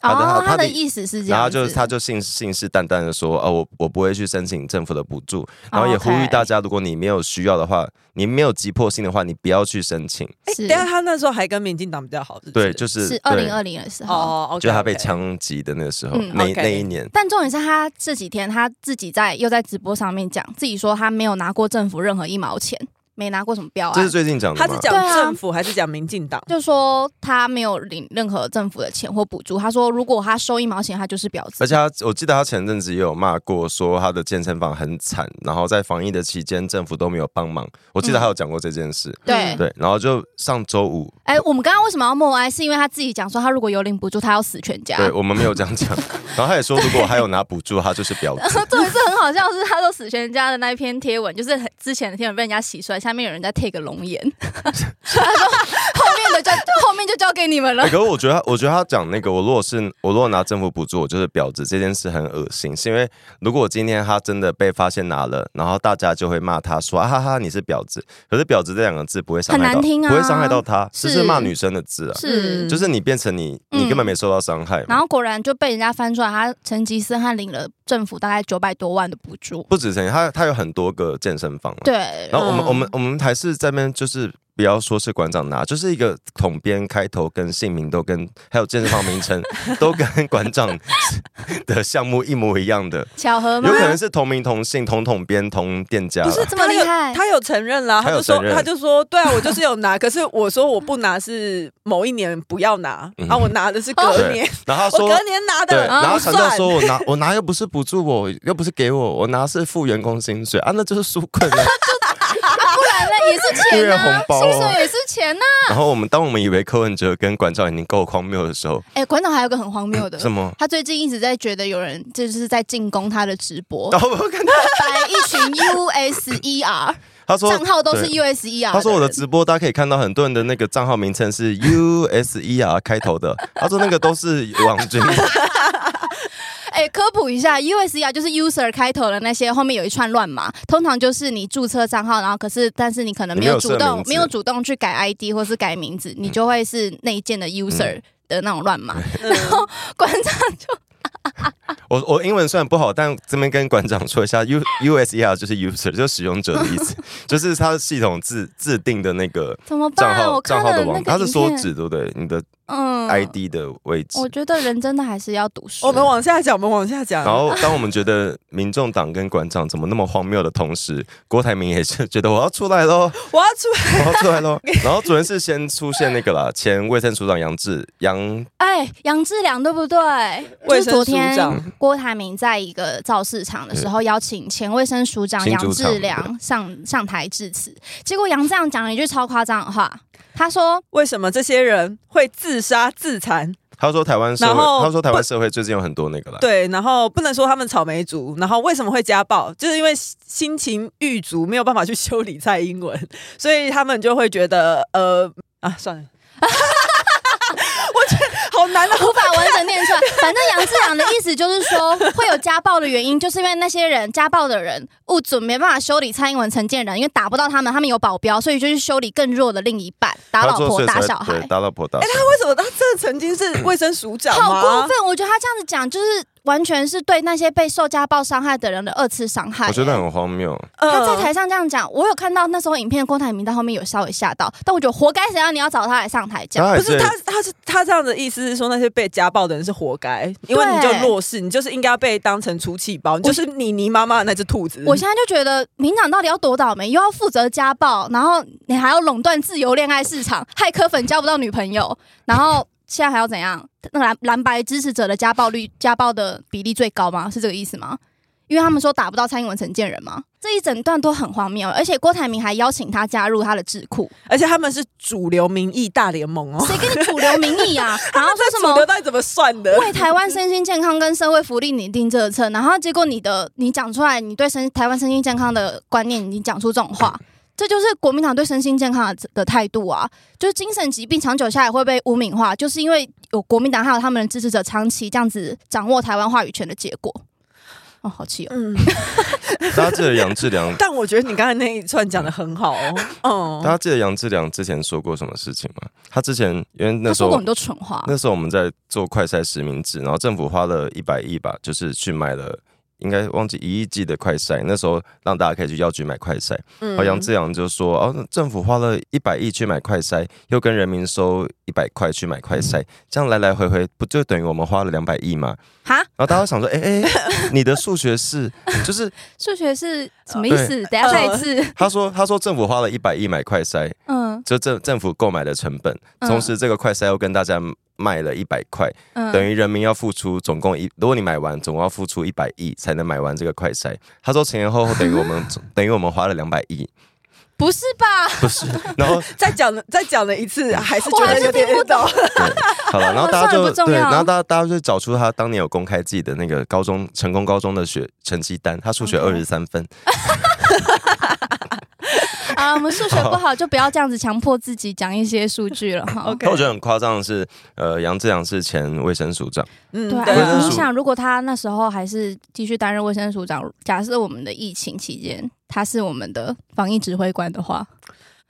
B: 他的
C: 哦，
B: 他
C: 他的
B: 的
C: 意思是这
B: 然后
C: 样
B: 他
C: 子，
B: 就他就信信誓旦旦的说，哦，我我不会去申请政府的补助，然后也
C: OK
B: 呼吁大家，如果你没有需要的话，你没有急迫性的话，你不要去申请。
C: 是
A: 哎等一下他那时候还跟民进党比较好，是不
B: 对，就是是
C: 二
B: 对
C: 零二零的时候。
A: 哦，OK，
B: 就他被
A: OK
B: 枪击的那个时候，
C: 嗯
B: 那
A: OK
B: 那一年，
C: 但重点是他这几天他自己在又在直播上面讲，自己说他没有拿过政府任何一毛钱，没拿过什么标
B: 这是
C: 案，
B: 最近讲的
A: 他
B: 吗
A: 是？讲
C: 对啊
A: 政府还是讲民进党？
C: 就说他没有领任何政府的钱或补助。他说如果他收一毛钱，他就是婊子。
B: 而且他，我记得他前阵子也有骂过，说他的健身房很惨，然后在防疫的期间，政府都没有帮忙。我记得他有讲过这件事，
C: 对
A: 嗯，
B: 对。然后就上周五，
C: 哎、我们刚刚为什么要默哀？是因为他自己讲说他如果有领补助，他要死全家。
B: 对我们没有这
C: (laughs)
B: 样讲。然后他也说，如果还有拿补助，他就是婊子。
C: 重点是很好笑，是他说死全家的那一篇贴文，就是很之前的贴文被人家洗出来，下面有人在 take 龙眼，他说后面的
B: (laughs)
C: 就后面就交给你们了
B: 欸、。可是我觉得他，我觉得他讲那个，我如果是我如果拿政府补助，我就是婊子，这件事很恶心。是因为如果今天他真的被发现拿了，然后大家就会骂他说啊哈哈你是婊子。可是婊子这两个字不会伤害到，
C: 很难听啊
B: 不会伤害到他，这
C: 是
B: 是骂女生的字啊，
C: 是
A: 嗯，
B: (laughs) 就是你变成你，你根本没受到伤害嘛。
C: 然后果然就被人家翻出来，他成吉思汗领了政府大概九百多万的补助。
B: 不止成他，他有很多个健身房、啊。
C: 对，
B: 然后我们、
A: 嗯
B: 我们我们还是在那边就是。不要说是馆长拿，就是一个统编开头跟姓名都跟还有健身房名称都跟馆长 (laughs) 的项目一模一样的，
C: 巧合吗
B: 有？可能是同名同姓、同统编、同店家啦。
C: 不是这么
A: 他
C: 厉
A: 有
C: 害，
A: 他有承认啦，
B: 他
A: 他
B: 有
A: 就说
B: 承认
A: 他就说对啊，我就是有拿， (laughs) 可是我说我不拿是某一年不要拿
B: 嗯
A: 啊，我拿的是隔
C: 哦
B: 对
A: 年，
B: 然后他
A: 我
B: 说
A: 隔年拿
B: 对，
A: 的，
B: 然后
A: 不
B: 强
A: 算。
B: 调说我拿我拿又不是补助我，又不是给我，我拿是付员工薪水啊，那就是纾困啊。
C: 不然呢也是
B: 一
C: 钱
B: 人
C: 呐、
B: 红包
C: 薪
B: 哦
C: 水也是钱啊呐、
B: 然后我们当我们以为柯文哲跟馆长已经够荒谬的时候，
C: 哎、馆长还有个很荒谬的，
B: (laughs) 什么？
C: 他最近一直在觉得有人就是在进攻他的直
B: (laughs)
C: 播，
B: 然后我看到
C: 摆一群 USER
B: 他说
C: 账号都是 E
B: 对
C: USER。
B: 他说我的直播大家可以看到很多人的那个账号名称是 U S E R 开头的，他说那个都是网军， (laughs)
C: 哎、科普一下，USER 就是 user 开头的那些，后面有一串乱码，通常就是你注册账号，然后可是但是你可能没有
B: 你没有
C: 主
B: 设
C: 动
B: 名字
C: 没有主动去改 ID 或是改名字，你就会是那一
B: 嗯
C: 件的 user。的那种乱码，
A: 然后
C: 馆长就
B: 我我英文虽然不好，但这边跟馆长说一下，U U S E R 就是 user，就是使用者的意
C: (laughs)
B: 思，就是它系统自自定的那个
C: 怎么
B: 账
C: 办？啊我
B: 号
C: 看
B: 账号
C: 了
B: 的
C: 那个
B: 网，它是缩
C: 影片
B: 指对不对？你的
C: 嗯
B: ID 的位置。
C: 我觉得人真的还是要读书。
B: 哦
A: 我们往下讲，我们往下讲。
B: 然后，当我们觉得民众党跟馆长怎么那么荒谬的同时，郭台铭也是觉得我要出来喽，
A: 我要出来，
B: 我要出来
C: (laughs)
B: 喽。然后主任是先出现那个啦，前卫生署长杨志杨
C: 哎，杨志良对不对？就
A: 卫
C: 是
A: 生
C: 昨
A: 署
C: 天
A: 长
B: 嗯，
C: 郭台铭在一个造市场的时候，邀请前卫生署长
B: 新
C: 杨
B: 竹
C: 志
B: 场
C: 良上上台致辞，结果杨志良讲了一句超夸张的话，他说 (laughs)
A: 为什么这些人会自杀自残？
B: 他说台湾社
A: 然后
B: 会，他说台湾社会最近有很多那个啦，
A: 对，然后不能说他们草莓族，然后为什么会家暴？就是因为心情郁卒，没有办法去修理蔡英文， (laughs) 所以他们就会觉得呃啊，算了， (laughs) 我觉得好难啊。
C: 无法完整念出
B: (laughs)
C: 来。反正杨志良的意思就是说，会有家暴的原因，就是因为那些人家暴的人物准没办法修理蔡英文、陈建仁，因为打不到他们，他们有保镖，所以就去修理更弱的另一半，打
B: 他
C: 老
B: 说
C: 婆、
B: 所以才
C: 打
B: 会
C: 小孩哎
B: 对。打老婆打小孩。
A: 为什么他真的曾经是卫生署长
C: 好过
A: 吗
C: 分！？我觉得他这样子讲，就是完全是对那些被受家暴伤害的人的二次伤害、
B: 我觉得很荒谬，
A: 呃
C: 他在台上这样讲，我有看到那时候影片，郭台铭在后面有稍微吓到，但我觉得活该，谁让啊你要找他来上台讲？
B: 他还
A: 不是他，他是他这样的意思是说，那些被家暴的人是活该，因为你就弱势，你就是应该被当成出气包，你就是你泥妈妈的那只兔子。
C: 我现在就觉得民党到底要多倒霉，又要负责家暴，然后你还要垄断自由恋爱市场，害柯粉交不到女朋友，然后现在还要怎样？那个蓝蓝白支持者的家暴率、家暴的比例最高吗？是这个意思吗？因为他们说打不到蔡英文、陈建仁吗？这一整段都很荒谬，而且郭台铭还邀请他加入他的智库，
A: 而且他们是主流民意大联盟哦，
C: 谁跟你主流民意 (laughs) 啊？然后说
A: 这
C: 什
A: 主
C: 么
A: 流到底怎么算的？
C: 为台湾身心健康跟社会福利拟定政策，然后结果你的你讲出来，你对身台湾身心健康的观念，你讲出这种
B: (laughs)
C: 话，这就是国民党对身心健康的的态度啊！就是精神疾病长久下来会被污名化，就是因为有国民党还有他们的支持者长期这样子掌握台湾话语权的结果。哦，好气哦！
A: 嗯，
B: 大家记得杨志良，
C: (laughs)
A: 但我觉得你刚才那一串讲的很好哦，
B: 大
A: 嗯，
B: 家记得杨志良之前说过什么事情吗？他之前因为那
C: 他
B: 时
C: 说
B: 候
C: 过很多蠢话，
B: 那时候我们在做快筛实名制，然后政府花了一百亿吧，就是去买了。应该忘记一亿剂的快筛，那时候让大家可以去药局买快筛。
A: 嗯
B: 然后
C: 嗯
B: 杨志阳就说：“哦，那政府花了一百亿去买快筛，又跟人民收一百块去买快
C: 嗯
B: 筛，这样来来回回不就等于我们花了两百亿吗
C: 哈，？”
B: 然后大家想说：“哎、哎、
C: (laughs)
B: 你的数学是就是
C: 数学是什么意思？等一下
A: 呃
C: 再一次，(laughs)
B: 他说他说政府花了一百亿买快筛，
C: 嗯
B: 就政政府购买的成本，
C: 嗯
B: 同时这个快筛又跟大家卖了一百块，
C: 嗯，
B: 等于人民要付出总共一，如果你买完，总共要付出一百亿才能买完这个快筛。他说前前后后等于我们
C: (laughs)
B: 等于我们花了两百亿，
C: 不是吧？
B: 不是？然后
A: 再讲了再讲了一次，还是
C: 我
A: 觉
C: 还
A: 得
C: 是
A: 有点
C: 听不懂
A: 晕倒
B: 好
C: (laughs)
B: 了，然后大家
C: 哦算了
B: 就
C: 不重
B: 对，
C: 要
B: 然后大家大家就找出他当年有公开自己的那个高中成功高中的学成绩单，他数学
C: OK
B: 二十三分，
C: 啊，我们数学不好就不要这样子强迫自己讲一些数据了
A: (laughs)
B: (laughs)
C: 哈。
A: OK，
B: 但我觉得很夸张的是，呃，杨志良是前卫生署长，
A: 嗯
C: 对、
B: 卫生
C: 啊，
B: 署
C: 你想，如果他那时候还是继续担任卫生署长，假设我们的疫情期间他是我们的防疫指挥官的话，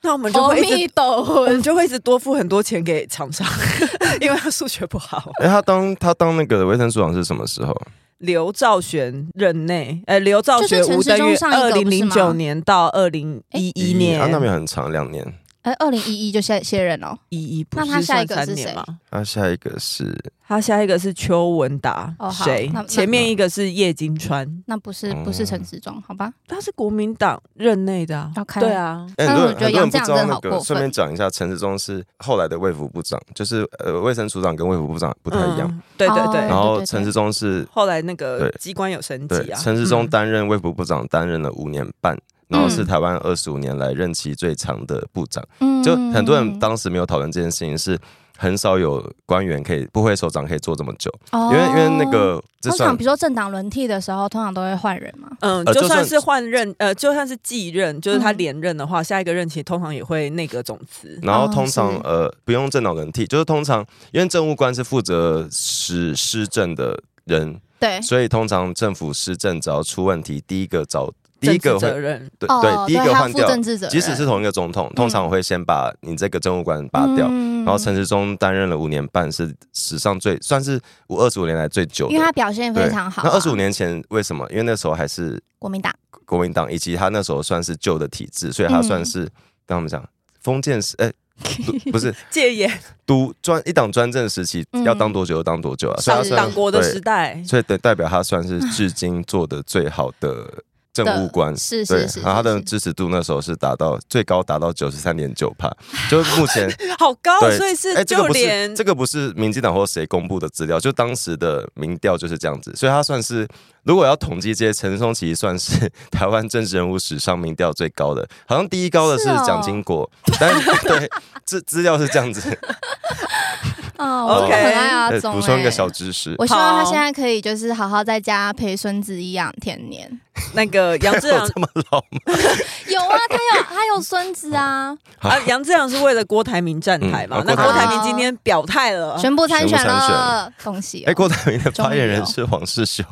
A: 那我们就
B: 哦
C: 阿
A: 会一直
C: (laughs) 弥陀
A: 我
C: 佛，
A: 们就会一直多付很多钱给厂商， (laughs) 因为他数学不好。
B: 哎，他当他当那个卫生署长是什么时候？
A: 刘兆玄任内，呃，刘兆玄
C: 就是陈
A: 吴
C: 时
A: 登
C: 中
A: 月，
C: 上一
A: 二
C: 个
A: 零
C: 不是
A: 零
C: 吗
A: 九年到二零一一
B: 啊，那
A: 年，
B: 没有很长，两年。
C: 哎，二零一一就卸卸任了。
A: 一一不
C: 那他
A: 是
C: 下一
A: 算三
C: 个是
A: 年
C: 谁
A: 吗？
B: 那啊下一个是
A: 他下一个是邱文达
C: 哦，好
A: 谁
C: 那那？
A: 前面一个是叶金川，
C: 那不是不是陈时中，好吧？
A: 他是国民党任内的啊
C: OK
A: 对啊，
B: 哎，
C: 但
B: 很
C: 是
B: 多
C: 我觉
B: 人
C: 得杨绛
B: 很多人不知道
C: 真的
B: 那
C: 好
B: 个
C: 过，
B: 顺便
C: 分。
B: 讲一下，陈时中是后来的卫福部长，就是呃卫生署长跟卫福部长不太一样。
A: 嗯，对对
C: 哦
A: 对
B: 然。后
C: 对对对
B: 陈时中是
A: 后来那个
B: 对
A: 机关有升级
B: 对
A: 啊，
B: 陈时中
A: 嗯
B: 担任卫福部长担任了五年半，然后是
C: 嗯
B: 台湾二十五年来任期最长的部长。
C: 嗯
B: 就很多人当时没有讨论这件事情，是很少有官员可以不会首长可以做这么久，因为因为那。
C: 哦
B: 个这
C: 通常
B: 算
C: 比如说政党轮替的时候，通常都会换人嘛。
A: 嗯，
B: 呃
A: 就
B: 就
A: 算
B: 算
A: 是换任，呃，就算是继任，就是他
C: 嗯
A: 连任的话，下一个任期通常也会内阁总辞。
B: 然后
C: 哦
B: 通常、
C: 是
B: 呃不用政党轮替，就是通常因为政务官是负责施施政的人，
C: 对，
B: 所以通常政府施政只要出问题，第一个找第
A: 政
B: 一
A: 治
B: 个会
A: 责任，
B: 对
C: 哦
B: 对，第一
C: 对
B: 个
C: 他
B: 换
C: 负
B: 掉，
C: 政治责任，
B: 即使是同一个总统，通常我会先把你这个政务官拔掉。
C: 嗯
B: 然后陈时中担任了五年半，是史上最算是我二十五年来最久的。
C: 因为他表现非
B: 对
C: 常好、啊
B: 那二十五年前为什么？因为那时候还是
C: 国民党
B: 国民党，以及他那时候算是旧的体制，所以他
C: 嗯
B: 算是跟我们讲封建时，哎、
C: (laughs)
B: 不不是
A: 戒严
B: 独专一党专政时期
C: 嗯
B: 要当多久就当多久啊，所以
A: 党
B: 他
C: 是
B: 算
A: 党国的时
B: 对
A: 代，
B: 所以代代表他算是至今做的最好的政务官，
C: 是是
B: 对
C: 是，
B: 然后他
C: 是
B: 的
C: 是
B: 支持度那时候是达到最高达到九十三点九帕，就是目前
A: 好高，
B: 对，
A: 所以
B: 哎
A: 是
B: 这个
A: 就
B: 不
A: 连
B: 是这个不是民进党或谁公布的资料，就当时的民调就是这样子，所以他算是如果要统计这些，陈松其实算是 (laughs) 台湾政治人物史上民调最高的，好像第一高的是
C: 是哦
B: 蒋经国，但 (laughs) 对资资料是这样子，
C: 啊，我很
A: OK
C: 爱 (laughs) 阿
B: 呃对
C: 总、
B: 补充一个
C: 哎
B: 小知识，
C: 我希望他
A: 好
C: 现在可以就是好好在家陪孙子颐养天年。
A: 那个
B: (laughs)
A: 杨志
B: 我
A: 良
B: 这么老吗？
C: 有啊，他有他有孙子啊，
B: 好
A: 啊，杨志良是为了郭台铭站台嘛？
B: 嗯
A: 那
B: 哦
A: 郭
C: 郭台
A: 台
C: 铭
A: 铭今天表态了，
C: 全部参
B: 全部
C: 选
B: 参选
C: 了，恭喜、哦！
B: 哎，郭台铭的
C: 终于
B: 发言人
C: 有
B: 是黄世修，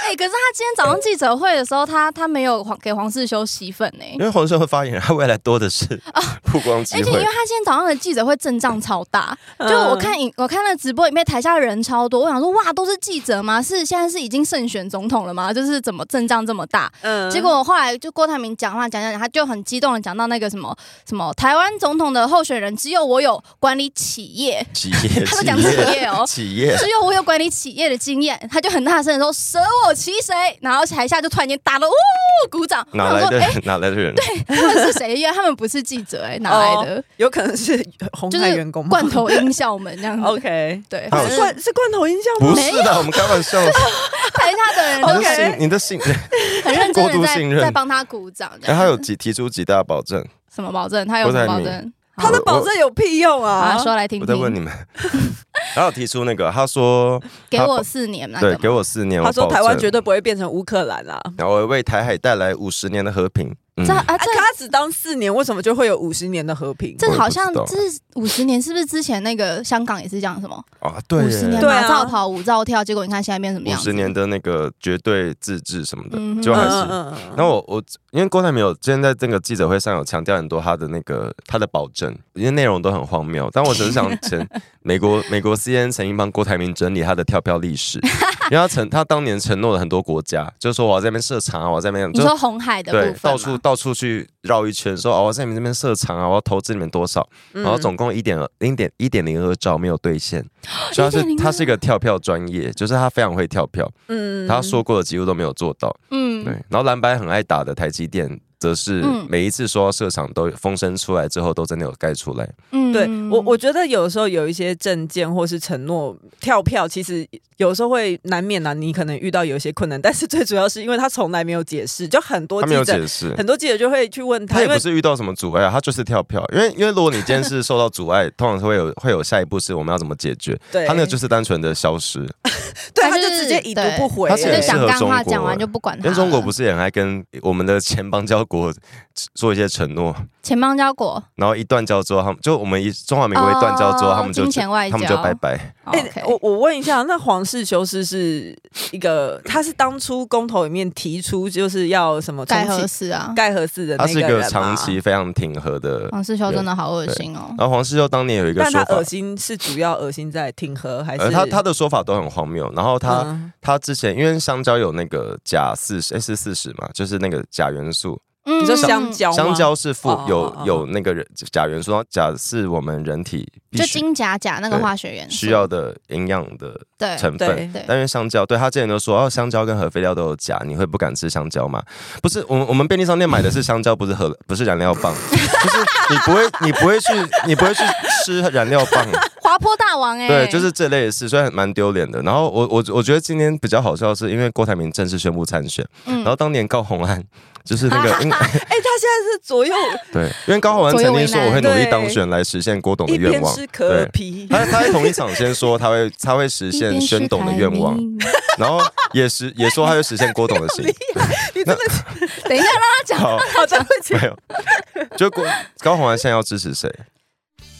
C: 哎、可是他今天早上记者会的时候，他他没有黄给黄世修洗粉哎、
B: 因为黄世修的发言人，他未来多的是 (laughs) 曝光
C: 哦而
B: 机
C: 哎且因为
B: 会。
C: 他今天早上的记者会阵仗超大，
A: 嗯
C: 就我看影我看了直播里面台下人超多，我想说哇都是记者吗？是现在是已经胜选总统了吗？就是怎么阵仗这么大？
A: 嗯
C: 结果后来就郭台铭讲话讲讲讲，他就很激动的讲到那个什么什么台湾总统的候选人，只有我有管理企
B: (laughs)
C: 业，
B: 企业，
C: 他们讲企业哦
B: 企业，
C: 只有我有管理企业的经验，他就很大声的说舍我其谁，然后台下就突然间打了呜鼓掌，我
B: 哪
C: 想
B: 来
C: 说
B: 的
C: 哎、
B: 人？哪来的人？
C: 他们是谁？因为他们不是记者哎、哪来
B: (laughs) 哦
C: 的？
A: 有可能是红
C: 就
A: 海
C: 是
A: 员工吗
C: 罐头音效们这样子。
A: ？OK，
C: 对，
B: 哦他有
C: 反
A: 是
C: 正
A: 罐是罐头音效吗
B: 不？是的，我们开玩笑。
C: 台下的人 (laughs)
B: 你
C: 都
B: 的
A: OK
B: 信，你的信，
C: 很认
B: 过
C: 真
B: 度
C: 的
B: 信
C: 在
B: 任
C: 在帮他鼓掌
B: (laughs)
C: 这样。
B: 然哎后他有几提出几大保
C: (laughs)
B: 证。
C: 什么保证？他有什么保
B: 郭台
C: 证？
A: 他的保证有屁用啊
C: 啊，！说来听
B: 我
C: 听。
B: 再问你们， (laughs) 他有提出那个，他说
C: 给
B: 他
C: 我四年那
B: 对，
C: 个
B: 给
C: 吗，
B: 我四年，
A: 他说
B: 我保
A: 台湾
B: 证
A: 绝对不会变成乌克兰啊！
B: 然后我会为台海带来五十年的和平。嗯
C: 这啊
A: 啊，
C: 这
A: 他只当四年，为什么就会有五十年的和平？
C: 这好像
B: 我也不知
C: 这五十年是不是之前那个香港也是讲什么
B: 啊，对
C: 五
B: 耶，
C: 十年
A: 对啊
C: 马照跑五照跳，结果你看现在变什么
B: 五
C: 样子
B: 十？年的那个绝对自治什么的
C: 嗯，哼
B: 就还是
A: 嗯
B: 然后我我因为郭台铭有今天在这个记者会上有强调很多他的那个他的保证，因为内容都很荒谬，但我只是想
C: (laughs)
B: 前美国美国 C N 曾经帮郭台铭整理他的跳票历史，因为他承他当年承诺了很多国家，就是说我要在那边设厂啊，我要在那边
C: 你
B: 就
C: 说红海的部
B: 对
C: 分，
B: 到
C: 嘛
B: 处到处去绕一圈，说哦我在你们这边设厂啊，我要投资你们多少，
A: 嗯
B: 然后总共一点零点一点零二兆没有兑现，
C: 哦
B: 所以他是
C: 1.02
B: 他是一个跳票专业，就是他非常会跳票，
A: 嗯
B: 他说过的几乎都没有做到。
C: 嗯
B: 对，，然后蓝白很爱打的台积电，则是
C: 嗯
B: 每一次说到设厂都风声出来之后，都真的有盖出来。
C: 嗯
A: 对我，我觉得有时候有一些证件或是承诺跳票，其实有时候会难免啊，你可能遇到有一些困难，但是最主要是因为他从来没有解释，就很多
B: 他没有
A: 记者，
B: 解释，
A: 很多记者就会去问
B: 他
A: 他，
B: 也
A: 因
B: 不
A: 为
B: 是遇到什么阻碍啊，他就是跳票。因为因为如果你今天是受到阻
A: (laughs)
B: 碍，通常是会有会有下一步是我们要怎么解决。
A: 对啊
B: 他那个就是单纯的消失，
A: 对，
C: 他
A: 他就
C: 就是
A: 直接已读
C: 对
A: 不回
B: 他
A: 了，
B: 是
C: 就
B: 也
C: 讲
B: 适合
C: 干
B: 中
C: 话
B: 国
C: 讲完
B: 欸
C: 就不管
B: 因
C: 他了。
B: 为中国不是也很爱跟我们的前邦交国做一些承诺，
C: 前邦交国
B: 然后一断交之后，他们就我们一中华民国一断交之后，
C: 哦
B: 他们就
C: 金钱外交哦
B: 他们就拜拜。
A: 哎、
C: ，OK，
A: 我我问一下，那皇室修士是一个，他是当初公投里面提出就是要什么重
C: 盖合
A: 启
C: 适啊，
A: 盖合适的
B: 他
A: 那
B: 是一
A: 人
B: 个
A: 嘛嗯
B: 长期非常挺和的。
C: 黄世修真的好恶心哦。
B: 然后黄世修当年有一个
A: 但
B: 说
A: 他
B: 法
A: 恶，心是主要恶心在挺和还是、
B: 呃，他他的说法都很荒谬。然后他
A: 嗯
B: 他之前因为香蕉有那个钾四十，诶是四十嘛，就是那个钾元素，
C: 嗯
A: 你说香蕉吗
B: 香蕉是富
A: 啊哦
B: 有
A: 哦哦
B: 有那个人钾元素，然后钾是我们人体必
C: 就
B: 须
C: 金甲甲那个
B: 对
C: 化学元素
B: 需要的营养的
C: 对
B: 成分
A: 对。
C: 对
B: 但因为香蕉，对他之前都说哦，香蕉跟核废料都有钾，你会不敢吃香蕉吗？不是，我们我们便利商店买的是香蕉，不是核，不是燃料
A: (laughs)
B: 棒，就是你不会你不会去你不会去吃燃料棒。
C: 滑坡大王哎，
B: 对，就是这类的事，虽然蛮丢脸的。然后我我我觉得今天比较好笑的是，因为郭台铭正式宣布参选，
C: 嗯
B: 然后当年高虹安就是那
A: (laughs)
B: 个，因
A: 哎、
B: 为
A: 他现在是左右
B: 对，因为高虹安曾经说我会努力当选来实现郭董的
A: 一
B: 愿
A: 边
B: 望
A: 吃，可
B: 对
A: 尔。皮， (laughs)
B: 他他在同一场先说他会他会实现宣董的愿望，然后也实也说他会实现郭董的心。
A: 你真的是
C: (laughs) 等一下啦，
B: 好，
A: (laughs) 好对不起
B: 没有，就郭高虹安现在要支持谁？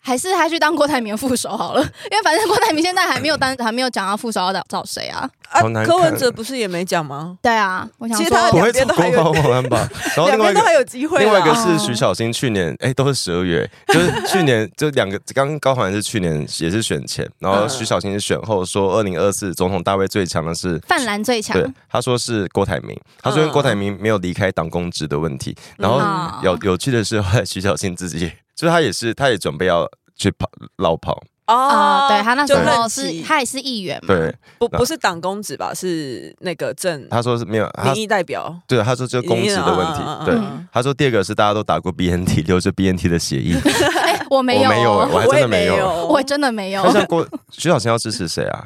C: 还是他去当郭台铭的副手好了，因为反正郭台铭现在还没有当， (laughs) 还没有讲要副手要找找谁啊？
A: 啊
B: 好难，看
A: 柯文哲不是也没讲吗？
C: 对啊，我想
A: 其实
C: 说
A: 他
B: 不
A: 两
B: 会
A: 边
B: 走
A: 都
B: 国
A: 还有
B: 防保安吧？然后
A: 两
B: 另外一
A: 边
B: 个
A: 都还有机会啦。啊
B: 另外一个是
C: 哦
B: 徐小新，去年哎都是十
C: (laughs)
B: 二月，就是去年就两个，刚刚高环是去年也是选前，然后
A: 嗯
B: 徐小新是选后，说二零二四总统大位最强的是。
C: 泛蓝最强
B: 对，他说是郭台铭，他说因为郭台铭没有离开党公职的问题。然后
C: 嗯
B: 有有趣的是，后来徐小新自己，就是他也是，他也准备要去跑绕跑，
C: 啊、
A: 哦
C: 对他那时
A: 就
C: 候
A: 任
C: 是
A: 期
C: 他也是议员嘛，
B: 对，
A: 不不是党公职吧？是那个政
B: 他说是没有，他
A: 民意代表。
B: 对他说就是公职的问
A: 嗯嗯嗯
B: 题，对
C: 嗯。
B: 他说第二个是大家都打过 (laughs) BNT，留着 BNT 的协
C: (laughs)
B: 议，
C: 哎我没有
B: 我没有
C: 哦，
B: 我还真的没有
A: 我也
C: (laughs) 我真的没有
B: 那，像郭徐小新要支持谁啊？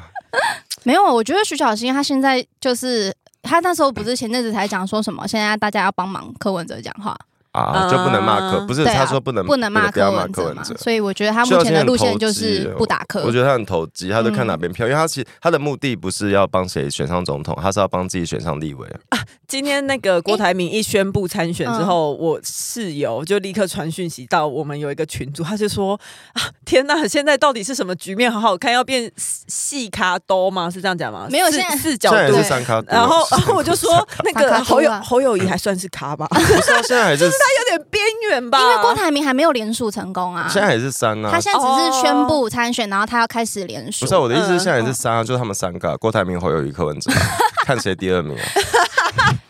C: 没有。我觉得徐小新他现在就是他那时候不是前阵子才讲说什么，现在大家要帮忙柯文哲讲话，
B: 啊，就不能骂柯，
A: 嗯
B: 不是
C: 对啊
B: 他说不能
C: 不能骂
B: 不要
C: 柯
B: 骂
C: 文
B: 柯
C: 哲
B: 文
C: 嘛
B: 哲。。
C: 所以我觉得他目前的路线就是不打
B: 我
C: 柯。
B: 觉得他很投机，他就看
C: 嗯
B: 哪边票，因为他其实他的目的不是要帮谁选上总统，他是要帮自己选上立委。啊
A: 今天那个郭台铭一宣布参选之后，
C: 哎嗯
A: 我室友就立刻传讯息到我们有一个群组，他就说：“啊，天呐，现在到底是什么局面？好好看，要变细细卡兜吗？是这样讲吗？
C: 没有
A: 四
C: 现在
A: 四角
B: 现在也
A: 度
B: 是
C: 对。
B: 三咖多，啊
A: 然
B: (laughs)
A: 后，
C: (laughs)
A: 然后我就说，那
C: 卡
A: 个
C: 卡
A: 侯
C: 兜
A: 友
C: 啊
A: 侯友谊还算是卡
C: (laughs)
A: 吧，
B: 不是啊，现 (laughs) 在还是
A: 有点边缘吧。
C: 因为郭台铭还没有联署成功啊，
B: 啊现在还是三啊
C: 他。现在只是宣
A: 哦
C: 布参选，然后他要开始联署
B: 不是。啊我的意思，是
A: 嗯
B: 现在也是三
C: 哦
B: 啊，就是他们三个啊，郭台铭、侯友谊、柯文哲 (laughs) 啊，看谁第
C: (laughs)
B: 二名啊。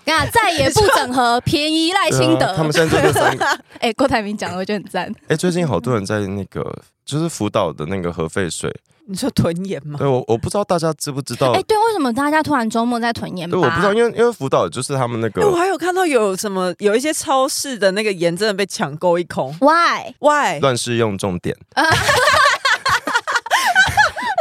C: 那
B: (laughs)
C: 再也不整合，便宜赖清
B: 对啊他们
C: 德。
B: 现在就这三个。
C: (laughs) 哎，郭台铭讲的我觉得很赞。
B: 哎，最近好多人在那个就是福岛的那个核废水，
A: 你说屯研吗？
B: 对我我不知道大家知不知道
C: 哦哎，，啊对，为什么大家突然周末在囤盐巴？
B: 哦对我不知道，因为因为福岛就是他们那
A: 哎我
B: 个
A: 还有看到有什么有一些超市的那个盐真的被抢购一空
C: Why？
A: ，why？
B: 乱世用重点。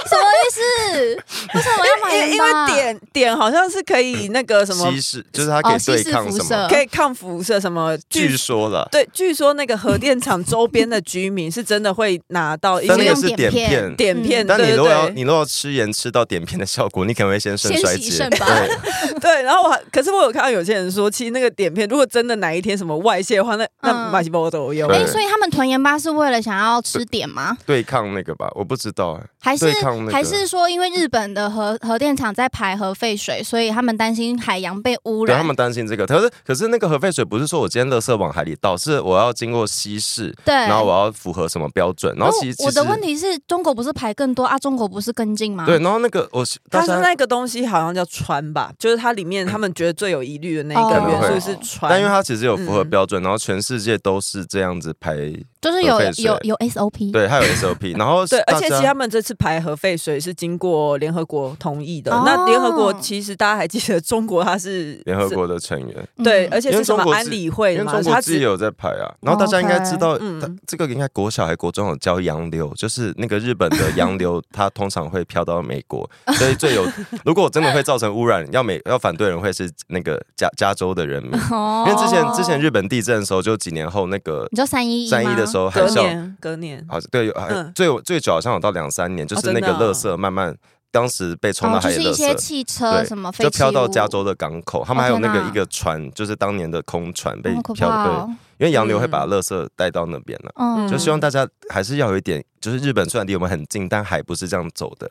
C: 什么意思？为什么要买
A: (laughs) 因
C: 盐
A: 因
C: 巴？
A: 为碘碘好像是可以那个什么，
B: 稀释，就是它可
C: 哦，
B: 以
C: 稀
B: 对
C: 释
B: 抗
C: 辐
B: 什么？
C: 射，
A: 可以抗辐射什么。
B: 据
A: 据
B: 说了，
A: 对，据说那个核电厂周边的居民是真的会拿到一
B: 但那
A: 些
B: 个
C: 用
B: 是碘
C: 碘片
B: 片。
A: 碘片，
B: 但你
A: 对
B: 如果要
A: 对
B: 你如果要吃盐吃到碘片的效果，你可能会先肾
C: 先
B: 衰
C: 洗
B: 竭。
C: 肾吧
B: 对，
A: 对 (laughs) 对。然后我还，可是我有看到有些人说，其实那个碘片如果真的哪一天什么外泄的话，那那
C: 嗯
A: 马西波都有。
B: 对
C: 哎、所以他们囤盐巴是为了想要吃点吗？
B: 对抗那个吧，我不知道哎。
C: 还是、
B: 对抗那个
C: 还是说，因为日本的核核电厂在排核废水，所以他们担心海洋被污
B: 对
C: 染
B: 他？们担心这个，可是可是那个核废水不是说我今天垃圾往海里倒，是我要经过稀释，
C: 对，哦
B: 然后我要符合什么标准，然后其实
C: 我我的问
B: 题
C: 题是中国不是排更多啊？中国不是跟进吗？
B: 对，然后那个我
A: 但
B: 大
A: 是
B: 家
A: 那个东西好像叫氚吧，就是它里面他们觉得最有疑虑的那一
C: 哦
B: 可能
A: 个
B: 会
A: 元素是氚。
B: 但因为它其实有符合
A: 嗯
B: 标准，然后全世界都是这样子排，
C: 就是有
B: 核废水
C: 有有 SOP。
B: 对，
C: (laughs)
B: 它有 SOP，然后
A: 对，而
B: 大
A: 且其
B: 家
A: 实他们这次排核废水是经过联合国同意的。
C: 哦
A: 那联合国其实大家还记得，中国它是
B: 联合国的成员，
C: 嗯
A: 对，而且
B: 因
A: 是
B: 为
A: 什
B: 中
A: 么
B: 国
A: 安
B: 自
A: 理
C: 哎
A: 会
B: 因
A: 的
B: 为
A: 嘛，
B: 中
A: 它
B: 国自己
A: 只
B: 有在排啊，然后大家应
C: 哦
B: 该知道，
A: 嗯
B: 它这个应该国小还国中有教洋流， (laughs) 就是那个日本的洋流，它通常会飘到美
C: (laughs)
B: 国，所以最有，如果真的会造成污染，要美要反对的人会是那个加加州的人民，
C: 哦
B: 因为之前之前日本地震的时候，就几年后那个
C: 你说三一
B: 三一的时
C: 候，
B: 候海
A: 隔
B: 啸，
A: 年隔年
B: 好像对，有还
A: 嗯
B: 最有最久好像有到两三年，就
A: 哦
B: 是那个
A: 真的
B: 垃
A: 哦
B: 圾慢慢当时被冲到
C: 啊哦，就
B: 海
C: 是
B: 里的
C: 一
B: 垃
C: 些
B: 圾。
C: 汽车
B: 对
C: 什么废
B: 就飘
C: 弃
B: 到
C: 物
B: 加，州的港口，他
C: 哦
B: 们还有那
C: 天
B: 个
C: 哪
B: 一个船，就是当年的空船被
C: 哦好可
B: 飘
C: 怕
B: 对，
C: 哦！
B: 因为洋流会把
A: 嗯
B: 垃圾带到那边了、
C: 嗯
B: 就希望大家还是要有一点，就是日本虽然离我们很近，但海不是这样走
A: (laughs)
B: 的。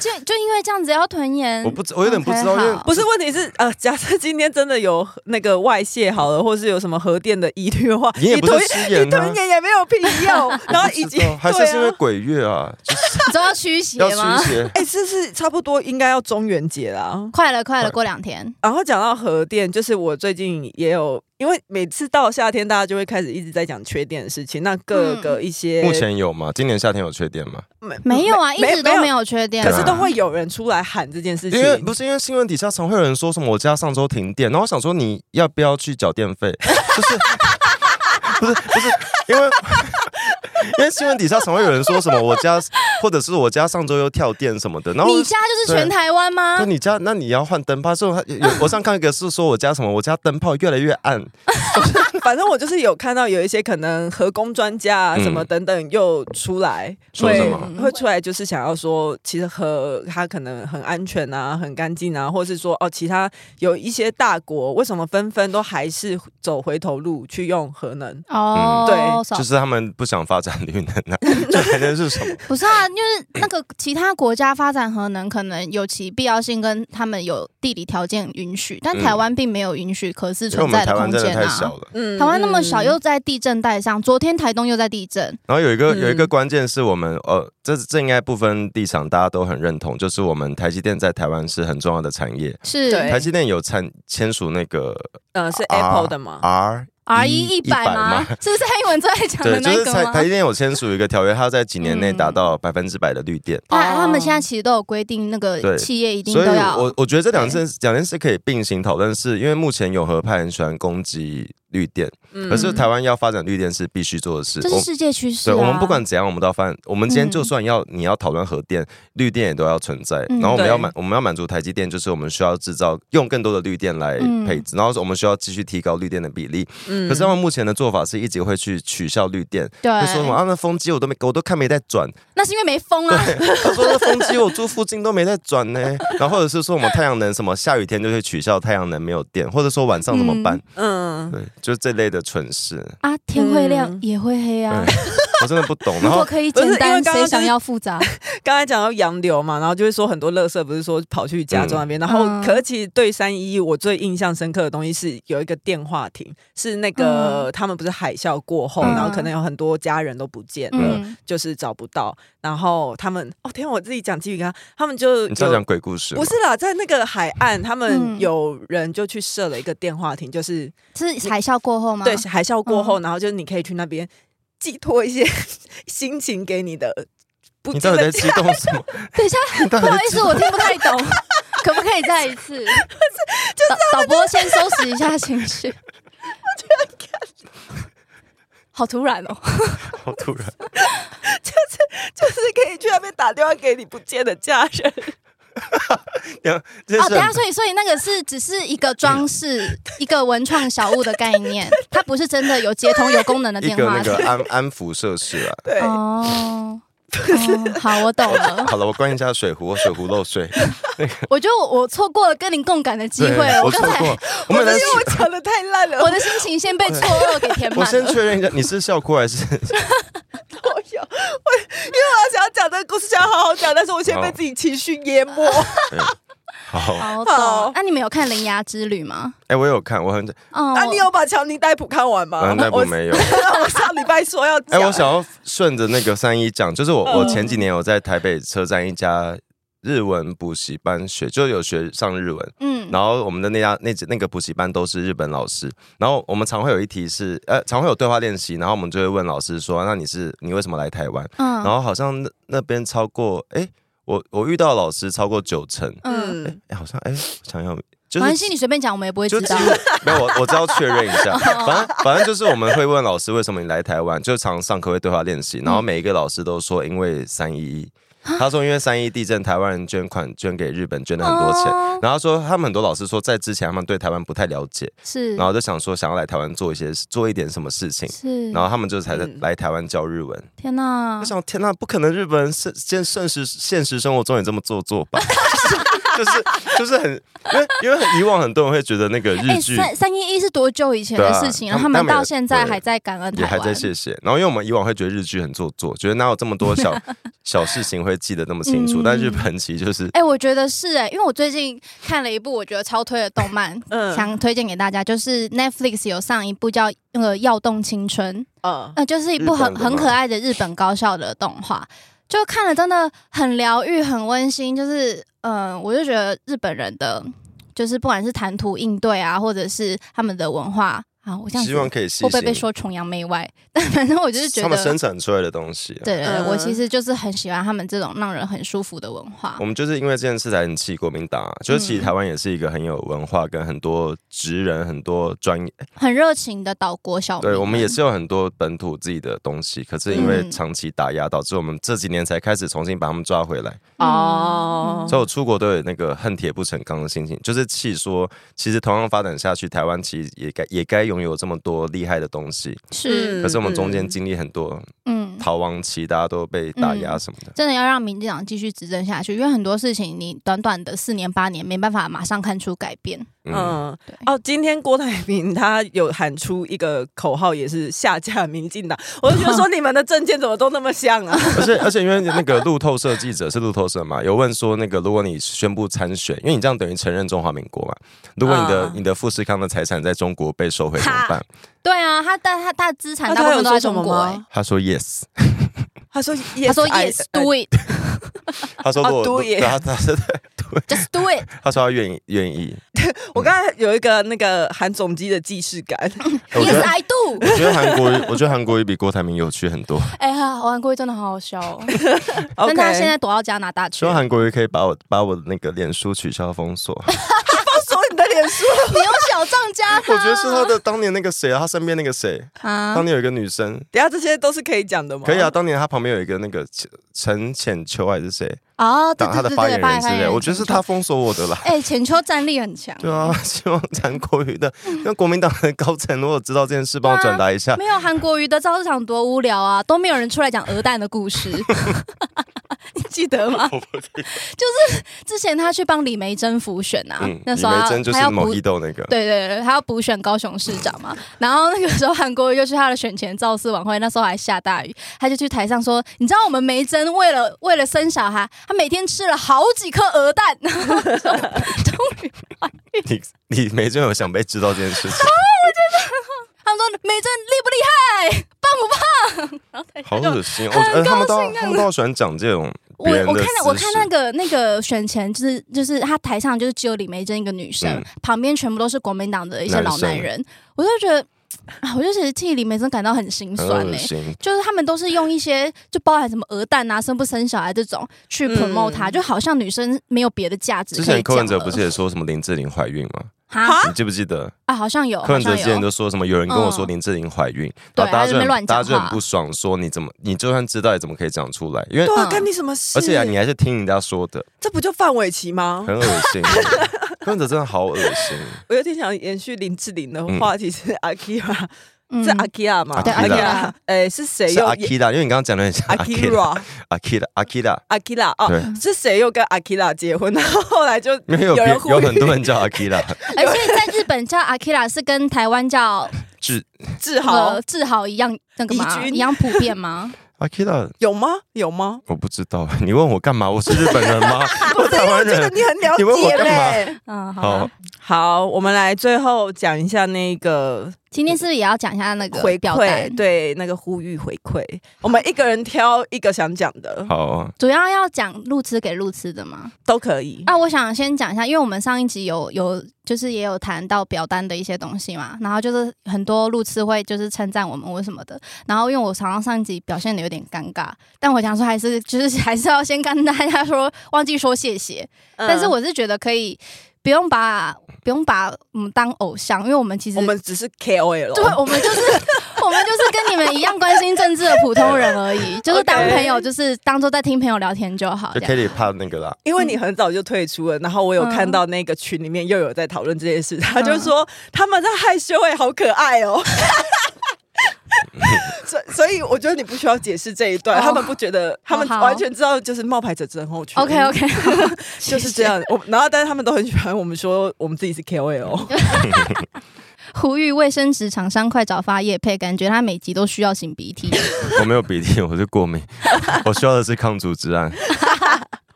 C: 就就因为这样子要囤盐，
B: 我不知，我有点不知道，因
C: OK，
B: 为
C: 好
A: 不是问题是呃，假设今天真的有那个外泄好了，或是有什么核电的疑虑的话，
B: 你也不
A: 同
B: 是吃盐
A: 你
B: 啊
A: 同，年也没有必
B: (laughs)
A: 要，然后以及
B: 知道还是是因
A: 对
B: 为
A: 啊。
B: 鬼月啊，就是
C: (laughs) 你知道要驱邪
B: 要
C: 吗
B: 驱？邪。
A: 哎、这是差不多应该要中元节啦。
C: 快了，快了，过两天。
A: 然后讲到核电，就是我最近也有，因为每次到夏天，大家就会开始一直在讲缺电的事情。那各
C: 嗯
A: 个一些、
B: 目前有吗？今年夏天有缺电吗？
A: 没
C: 没有啊，一直都没
A: 有，
C: 有缺电啊，
A: 可是都会有人出来喊这件事情
B: 因。为不是因为新闻底下常会有人说什么我家上周停电，然后我想说你要不要去缴电费？ (laughs) 就是不是不是因为 (laughs) 因为新闻底下常会有人说什么我家或者是我家上周又跳电什么的，然后
C: 你家就是全台湾吗
B: 那？你家那你要换灯泡？这种有有我上看一个是说我家什么，我家灯泡越来越暗，
A: 反正我就是有看到有一些可能核工专家啊
B: 嗯
A: 什么等等又出来，
B: 说什么
A: 嗯会会出来就是想要说，其实核它可能很安全啊，很干净啊，或是说哦，其他有一些大国为什么纷纷都还是走回头路去用核能？
C: 哦，
A: 对
C: 少
B: 就是他们不想发展展率能
C: (laughs)
B: 啊？这还能是什么？
C: 不是啊，就是那个其他国家发展核能可能有其必要性，跟他们有地理条件允许，但台湾并没有允许可是
B: 因为我
C: 存
B: 们
C: 在
B: 台
C: 的
B: 湾
C: 空
B: 真的
C: 间
B: 太
C: 啊
B: 小。了。
A: 嗯
C: 台湾那么小，
A: 嗯
C: 又在地震带上，昨天台东又在地震，
B: 然后有一个有一个
A: 嗯
B: 关键是我们呃，这这应该部分地产大家都很认同，就是我们台积电在台湾是很重要的产业。
A: 对
C: 是
B: 台积电有参签署那个
A: 呃是
B: R-
A: Apple 的吗？
B: R
C: R 一一百
B: 100
C: 吗？ (laughs) 是不是蔡英文最爱讲的
B: 对，就
C: 那
B: 是
C: 个
B: 台台
C: 吗？
B: 积电有签署一个条约，它要在几年内达
C: 嗯
B: 到百分之百的绿电。
C: 他他们
A: 哦
C: 现在其实都有规定，那个
B: 对
C: 企业一定
B: 所
C: 都
B: 以
C: 要。
B: 我我觉得这两件两件事可以并行讨论，是因为目前永和派很喜欢攻击绿电，
A: 嗯
B: 可是台湾要发展绿电是必须做的事。
C: 这
B: 我
C: 是世界趋势、
B: 对，
C: 啊。
B: 我们不管怎样，我们都要发展。我们今天
C: 嗯
B: 就算要你要讨论核电、绿电也都要存在。
C: 嗯
B: 然后我们
A: 对
B: 要满我们要满足台积电，就是我们需要制造用更多的绿电来
C: 嗯
B: 配置，然后我们需要继续提高绿电的比例。
A: 嗯
B: 可是他们目前的做法是一直会去取笑绿电，
C: 对
B: 会说什么啊那风机我都没我都看没在转，
C: 那是因为没风啊。
B: 他说那风机我住附近都没在转呢，然后或者是说我们太阳能什么下雨天就会取消太阳能没有电，或者说晚上怎么办？
A: 嗯，
B: 对，就这类的蠢事，
C: 啊，天会亮
A: 嗯
C: 也会黑啊。
B: 对我真的不懂。
C: 如
B: 然
C: 果
B: 后
C: 可以
A: 不是
C: 简
A: 因
C: 单，
A: 为刚刚
C: 谁
A: 就是
C: 想要复杂？ (laughs)
A: 刚才讲到洋流嘛，然后就会说很多垃圾不是说跑去家中那边，然后
C: 嗯
A: 可是其实对三一一我最印象深刻的东西是有一个电话亭，是那个、他们不是海啸过后，
C: 嗯
A: 然后可能有很多家人都不见了，
C: 嗯，
A: 就是找不到，然后他们哦天啊，我自己讲鸡皮疙瘩，他们就
B: 你知道
A: 有
B: 讲鬼故事吗
A: 不是啦，在那个海岸，他
C: 嗯
A: 们有人就去设了一个电话亭，就是
C: 是海啸过后吗？嗯
A: 对海啸过后，然后就是你可以去那边寄托一些 (laughs) 心情给你的。不
B: 你到底在激动什么？
C: 等一下，
B: 你到
C: (laughs) 不
B: 底
C: 好
B: 在
C: 意
B: 激
C: 思，我听不太 (laughs) 懂，可不可以再一 (laughs) 次？导导播先收拾一下情 (laughs) 绪。好突然哦！
B: 好突
C: (laughs)
B: 然，
A: (laughs) 就是可以去那边打电话给你不见的家人。
B: 等这
C: 哦，
B: 是
C: 等一下，
B: 很
C: 所以所以那个是只是一个装饰、一个文创小物的概
B: (laughs)
C: 念，它不是真的有接通有功能的
B: 一
C: 电
B: 个
C: 话
B: 那。个安安抚设施啊。
A: 对，
C: 哦，哦好，我懂了。
B: 好了，我关一下水壶，我水壶漏水。
C: 我觉得我我错过了跟你共感的机会
B: 对
C: 了。
B: 我
C: 刚
B: 错
C: 才
B: 过，我们
A: 因
B: 来
A: 为我讲的太烂了，
C: 我的心情先被错愕给填
B: 我
C: 满
B: 先
C: 了。
B: 确认一下，你是笑哭还是？ (laughs)
A: 我有，我因为我想要讲这个故事，想要好好讲，但是我现在被自己情绪淹没。
C: 哦
B: 好，
C: 好
A: 好
C: 懂。啊那你们有看《铃芽之旅》吗？
B: 哎，我有看，我很，
C: 哦
A: 啊那、你有把乔尼戴普看完吗？
B: 嗯，那
A: 我
B: 部没有。
A: (laughs) 我上礼拜说要
B: 哎、
A: 讲，
B: 我想要顺着那个三一讲，就是我我
A: 嗯
B: 前几年有在台北车站一家日文补习班学，就有学上日文。
C: 嗯
B: 然后我们的那家那那个补习班都是日本老师，然后我们常会有一题是呃，常会有对话练习，然后我们就会问老师说，那你是你为什么来台湾？
C: 嗯
B: 然后好像那那边超过哎、我我遇到的老师超过九成，
C: 嗯，
A: 嗯，
B: 哎，好像哎，我想要就
C: 没
B: 是
C: 关系，你随便讲，我们也不会
B: 就
C: 知
B: 几
C: 道哦
B: 乎。没有，我我只要确认一下。反正反正就是我们会问老师为什么你来台湾，就常上课会对话练习，
C: 嗯
B: 然后每一个老师都说因为三一一，他说因为三一地震，台湾人捐款捐给日本捐了很多钱。
C: 哦
B: 然后他说，他们很多老师说，在之前他们对台湾不太了解，
C: 是
B: 然后就想说想要来台湾做一些做一点什么事情，
C: 是
B: 然，后他们就才在
A: 嗯
B: 来台湾教日文。
C: 天哪
B: 我！想，天呐，不可能！日本人现现现实现实生活中也这么做作吧？ (laughs) 就是就是很，因为因为很以往很多人会觉得那个日
C: 哎，
B: 剧
C: 三三一一是多久以前的事情？
B: 对啊
C: 然后他们
B: 他们他们
C: 到
B: 也
C: 现在
B: 对
C: 还在感恩
B: 也
C: 台
B: 还在
C: 湾。
B: 谢谢。然后因为我们以往会觉得日剧很做作，觉得哪有这么
C: (laughs)
B: 多小小事情会记得那么清楚，
C: 嗯
B: 但日本其实就是
C: 哎、我觉得是哎、因为我最近看了一部我觉得超推的动漫，
A: 嗯
C: 想推荐给大家，就是 Netflix 有上一部叫那个《耀动青春》，
A: 嗯，
C: 呃，就是一部
B: 日本
C: 很
B: 的吗
C: 很可爱的日本高校的动画，就看了真的很疗愈、很温馨。就是，嗯、我就觉得日本人的，就是不管是谈吐应对啊，或者是他们的文化啊，我这样
B: 希望
C: 子
B: 可以吸
C: 会不会被
B: 引
C: 说崇洋媚外？ (laughs) 但反正我就是觉
B: 他
C: 得
B: 们，生产出来的东西啊、
C: 对对对，我其
A: 嗯
C: 实就是很喜欢他们这种让人很舒服的文化
B: 我。们就是因为这件事才很气国民党、啊，就是其实
C: 啊嗯
B: 台湾也是一个很有文化跟很多职人、很多专业，
C: 很热情的岛国小民
B: 对我们也是有很多本土自己的东西，可是因为
C: 嗯
B: 长期打压，导致我们这几年才开始重新把他们抓回来。
C: 嗯
A: 哦
B: 所以我出国都有那个恨铁不成钢的心情，就是气说，其实同样发展下去，台湾其实也该也该拥有这么多厉害的东西。
C: 是
A: 嗯
B: 可是我们中间经历很多
C: 嗯。
B: 逃亡期，大家都被打
A: 嗯
B: 压什么的。
C: 真的要让民进党继续执政下去，因为很多事情你短短的四年八年没办法马上看出改变。
B: 嗯，
A: 嗯
C: 对，
A: 哦，今天郭台铭他有喊出一个口号，也是下架民进
B: (laughs)
A: 党。我就觉得说，你们的证件怎么都那么像啊？
B: 而且而且因为那个路透社记者是路透社嘛，有问说那个如果你宣布参选，因为你这样等于承认中华民国嘛，如果你的、
A: 嗯
B: 你的富士康的财产在中国被收回怎么办？
C: 对啊，他但他他的资产
A: 那
C: 大
A: 他
C: 部分
A: 有
C: 都
A: 说
C: 在
A: 什
C: 中
A: 么
C: 国、欸
A: 吗？？
B: 他说 yes，
A: 他说 yes，
C: 他说
A: I-
C: yes do it
B: 哎他说如果、
A: 哦，do
B: 对
A: it
B: 他他他
C: just do it，
B: 他说他愿意愿意，
A: 我刚才有一个那个韩总机的既视感，
B: (laughs) 我觉
C: yes
B: 得
C: I do。
B: (laughs) 我觉得韩国瑜，我觉得韩国瑜比郭台铭有趣很多。
C: 哎呀，韩国瑜真的好好笑哦，但
A: (laughs) OK
C: 他啊现在躲到加拿大去
B: 说
C: 了。
B: 韩国瑜可以把我把我的那个脸书取消封锁，
A: 他说你的脸书， (laughs)
C: 你用小账加他，
B: (laughs) 我觉得是他的当年那个谁啊，他身边那个谁，
C: 啊
B: 当年有一个女生，
A: 等一下这些都是可以讲的吗？
B: 可以啊，，当年他旁边有一个那个陈陈浅秋还是谁，
C: 哦，对
B: 当他
C: 对
B: 的
C: 对
B: 发
C: 对，
B: 言人之类，我
C: 浅
B: 觉得是
C: 秋
B: 他。封锁我的啦。
C: 哎，浅秋战力很强。
B: 对啊，希望韩国瑜的那国民党的高层如果知道这件事，帮我转达一下。
C: 没有韩国瑜的造市场多无聊啊，都没有人出来讲鹅蛋的故
B: (laughs)
C: 事，你记得吗？就是之前他去帮李梅珍辅选啊，
B: 嗯，
C: 那
B: 李
C: 时候
B: 梅珍
C: 他
B: 就
C: 他
B: 是
C: 要
B: 某
C: 补
B: 一豆那个，
C: 对对对，他要补选高雄市长嘛。 (laughs) 然后那个时候韩国瑜就去他的选前造势晚会，那时候还下大雨，他就去台上说：“你知道我们梅珍为了为了生小孩，她每天吃了好几颗鹅蛋。 (laughs) 然后我就”终于，
B: 李李梅珍有想被知道这件事 (laughs) 情，
C: 他们说梅珍厉不厉害，棒不棒？然后台
B: 好
C: 下就
B: 恶 (laughs) 心哦！我觉得他们都他们都好喜欢讲这种
C: 我
B: 别人的
C: 我看到我看
B: 私
C: 那
B: 事
C: 个那个选前就是就是他台上就是只有李梅珍一个女生，
B: 嗯
C: 旁边全部都是国民党的一些老男人，我就觉得。啊，我就其实替李梅珍感到很心
B: 很
C: 酸欸
B: 恶
C: 呢、
B: 心，
C: 就是他们都是用一些就包含什么鹅蛋啊、生不生小孩这种去 promote 他，
A: 嗯
C: 就好像女生没有别的价值
B: 之
C: 可以
B: 前柯
C: 讲
B: 文哲
C: 了。
B: 不是也说什么林志玲怀孕吗？
C: 哈
B: 你记不记得？
C: 啊，好像有，
B: 柯
C: 好
B: 文哲之前
C: 像有。
B: 都说什么？有人跟我说
C: 嗯
B: 林志玲怀孕，
C: 对
B: 然后大
C: 他
B: 家就
C: 在那边乱
B: 很
C: 讲话
B: 大家就很不爽，说你怎么你就算知道也怎么可以讲出来？因为
A: 对啊，
C: 嗯
A: 干你什么事？
B: 而且啊，你还嗯是听人家说的，
A: 这不就范玮琪吗？
B: 很恶
C: (laughs)
B: 心。柯文哲真的好恶心，
A: 我有点想延续林志玲的话
B: 嗯
A: 题，是 Akira，
C: 嗯
A: 是 Akira 吗？
B: 对
C: Akira
A: 哎，是谁
B: 是
A: 又
B: 阿 Kira，因为你刚刚讲的很像阿 Kira， (laughs)
A: Akira
B: 阿 Kira，阿
A: Akira
B: Kira，
A: 哦？
B: 对，
A: 是谁又跟 Akira 结婚？ (laughs) 然后后来就
B: 没有
A: 有
B: 别
A: 人呼吁
B: 有很
A: (laughs)
B: 多人叫阿
C: (laughs)
B: Kira，
C: 而且哎在日本叫 Akira 是跟台
A: (laughs)
C: 湾叫
B: 是
A: 志豪
C: 呃志豪一样那个吗？
A: 宜君
C: 一样普
A: (laughs)
C: 遍吗？
B: 阿 Kira，
A: 有吗？有吗？
B: 我不知道，你问我干嘛？我是日本人
C: (laughs)
B: 吗？
A: 啊
B: (laughs) 我是台湾
A: 这个
B: 人。
A: 你很了
B: 你问我
A: 解
B: 干嘛
A: 嘞。
C: 嗯，好啊
B: 好，
A: 好，我们来最后讲一下那个
C: 今天是不是也要讲一下那个
A: 回
C: 表单
A: 馈，？，对那个呼吁回馈，我们一个人挑一个想讲的
B: 好啊，
C: 主要要讲路痴给路痴的吗？
A: 都可以。
C: 啊，我想先讲一下，因为我们上一集有有就是也有谈到表单的一些东西嘛，然后就是很多路痴会就是称赞我们或什么的，然后因为我常常上一集表现的有点尴尬，但我想说还是就是还是要先跟大家说忘记说谢谢，
A: 嗯
C: 但是我是觉得可以不用把不用把我们当偶像，因为我们其实
A: 我们只是 KOL，
C: 对，我们就是我们就是跟你们一样关心政治的普通人而已，就是当
A: OK
C: 朋友，就是当做在听朋友聊天就好。
B: 就
C: 这样
B: Kelly 怕那个啦，
A: 因
C: 嗯
A: 为你很早就退出了，然后我有看到那个群里面又有在讨论这件事，他
C: 嗯
A: 就说他们在害羞哎、好可爱
C: (laughs)
A: 哦、所以所以我觉得你不需要解释这一段，
C: 哦
A: 他们不觉得，他们
C: 好
A: 完全知道就是冒牌者症候群。
C: OK OK，
A: 就是这样。我然后但是他们都很喜欢我们说我们自己是 KOL，
C: 呼吁卫生纸厂商快找发叶配，感觉他每集都需要擤鼻涕。
B: (laughs) 我没有鼻涕，我是过
C: (laughs)
B: 敏，我需要的是抗组织胺。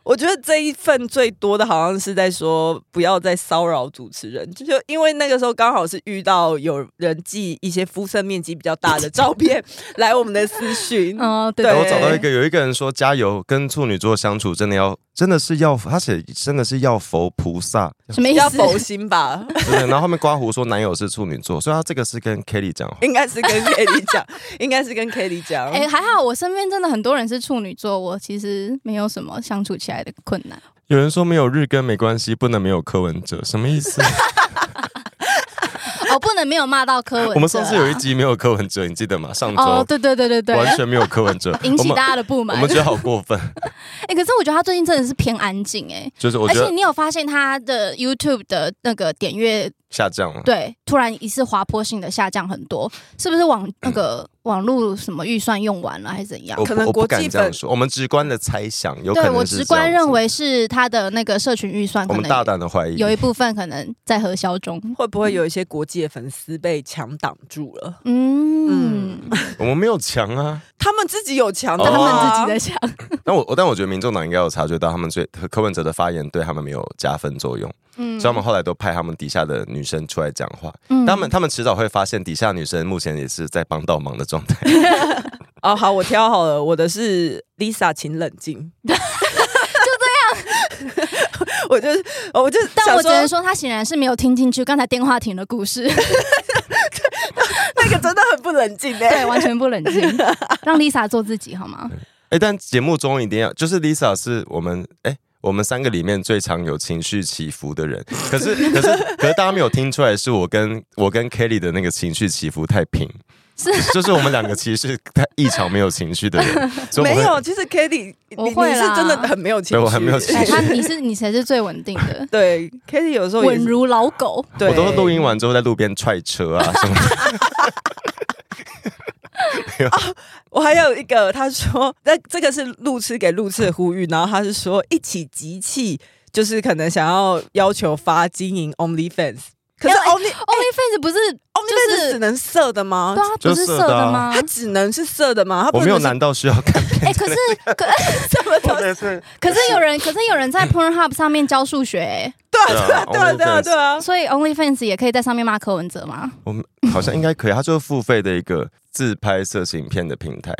A: 我觉得这一份最多的好像是在说不要再骚扰主持人，就是因为那个时候刚好是遇到有人寄一些肤色面积比较大的照片来我们的私讯，
C: (laughs) 嗯，对
A: 对
B: 然
C: 对
B: 后哎我
C: 对
B: 找到
C: 对。
B: 一个有一个人说加油，跟处女座相处真的要真的是要他写真的是要佛菩萨， (laughs)
C: 什么意
A: 要
C: 思？
A: 佛心吧， (laughs)
B: 对不对？然后后面刮胡说男友是处女座，所以他这个是跟 Kelly 讲话。
A: 应该是跟 Kelly
C: (laughs)
A: 讲，应该是跟 Kelly 讲。
C: 哎、还好我身边真的很多人是处女座，我其实没有什么相处起来的困难。
B: 有人说没有日更没关系，不能没有柯文哲，什么意思？
C: 啊哦，不能没有骂到柯文哲啊、
B: 我们上次有一集没有柯文哲，你记得吗？上周、
C: 哦，对对对对对，
B: 完全没有柯文哲，
C: (laughs) 引
B: 我
C: 起
B: 们
C: 大家的不
B: 我
C: 满。
B: 们觉
C: 哎、
B: 得好过
C: (laughs)
B: 分，
C: 可是我觉得他最近真的是偏安静哎、
B: 就是我
C: 而
B: 觉
C: 且
B: 得
C: 你有发现他的 YouTube 的那个点阅，
B: 下降了。
C: 对，突然一次滑坡性的下降很多，是不是往那个网络什么预算用完了还是怎样
B: 我？
A: 可
B: 不
A: 能
B: 我不
A: 国
B: 敢
A: 际
B: 这样
A: 本
B: 说，我们直观的猜想，有可
C: 对
B: 能
C: 我
B: 是
C: 直
B: 这
C: 观
B: 样
C: 认
B: 子
C: 为是他的那个社群预算可
B: 我们大
C: 能
B: 胆的怀疑，
C: 有一部分可能在核销中。
A: 会不会有一些国际的粉丝被强挡住了？
C: 嗯，
B: 我们没有强啊。 (laughs)
A: 他们自己有强的
B: 哦
C: 他
A: 啊，
C: 们自己在想，
B: 但我但我觉得民众党应该有察觉到，他们对柯文哲的发言对他们没有加分作用，
C: 嗯
B: 所以他们后来都派他们底下的女生出来讲话。
C: 嗯
B: 他们他们迟早会发现，底下女生目前也是在帮倒忙的状态。 (laughs)
A: 哦，好，我挑好了，我的是 Lisa，请冷
C: (laughs)
A: 静。就这 (laughs) 样，我就我就
C: 但
A: 想
C: 我只能
A: 说，
C: 说，他显然是没有听进去刚才电话亭的
A: (laughs)
C: 故事，
A: 那
C: (laughs)
A: 个真的很不冷静哎、
C: 对，完全不冷静，让 Lisa 做自己好吗？
B: 哎、但节目中一定要，就是 Lisa 是我们哎、我们三个里面最常有情绪起伏
C: (laughs)
B: 的人。可是可是可是大家没有听出来，是我跟我跟 Kelly 的那个情绪起伏太平，
C: 是
B: 就是我们两个其实是太异常没有情绪的
C: (laughs)
B: 人，所以我
A: 没
B: 们会
A: 有，其实 k a t i
C: 我
A: 你
C: 会
A: 你是
C: 啦
A: 真的很没有情
B: 对
A: 绪，，
B: 我很没有情
C: 哎
B: 绪
C: 他你是你才是最稳定的
B: (laughs)
A: 对 k a t i 有时候也
C: 稳
A: 是
C: 如老狗。
A: 对，
B: 我都是录音完之后在路边踹
A: (laughs)
B: 车啊什么的。
A: 我还有一个，他说，那这个是路痴给路痴的呼吁，然后他是说一起集气，就是可能想要要求发经营 OnlyFans，可是
C: 哎
A: Only 哦
C: OnlyFans 不是就
A: OnlyFans
C: 是
A: 只能色的吗
C: 对？啊，不
B: 就是是
C: 色
B: 的啊
C: 的吗
A: 它？只能是色的吗？它
B: 我
A: 不
B: 没有
A: 能是
B: 难道需要看？
C: 哎，可是可 (laughs)
A: 什么
B: (laughs) 我
A: 都
B: 的是
C: 可是有人可是有人在 Pornhub 上面教数学，哎
A: 对啊对啊对啊对啊
B: OnlyFans
A: 对啊！
C: 所以 OnlyFans 也可以在上面骂柯文哲吗？
B: 我们好像应该可以，它就是付费的一个自拍色情片的平台。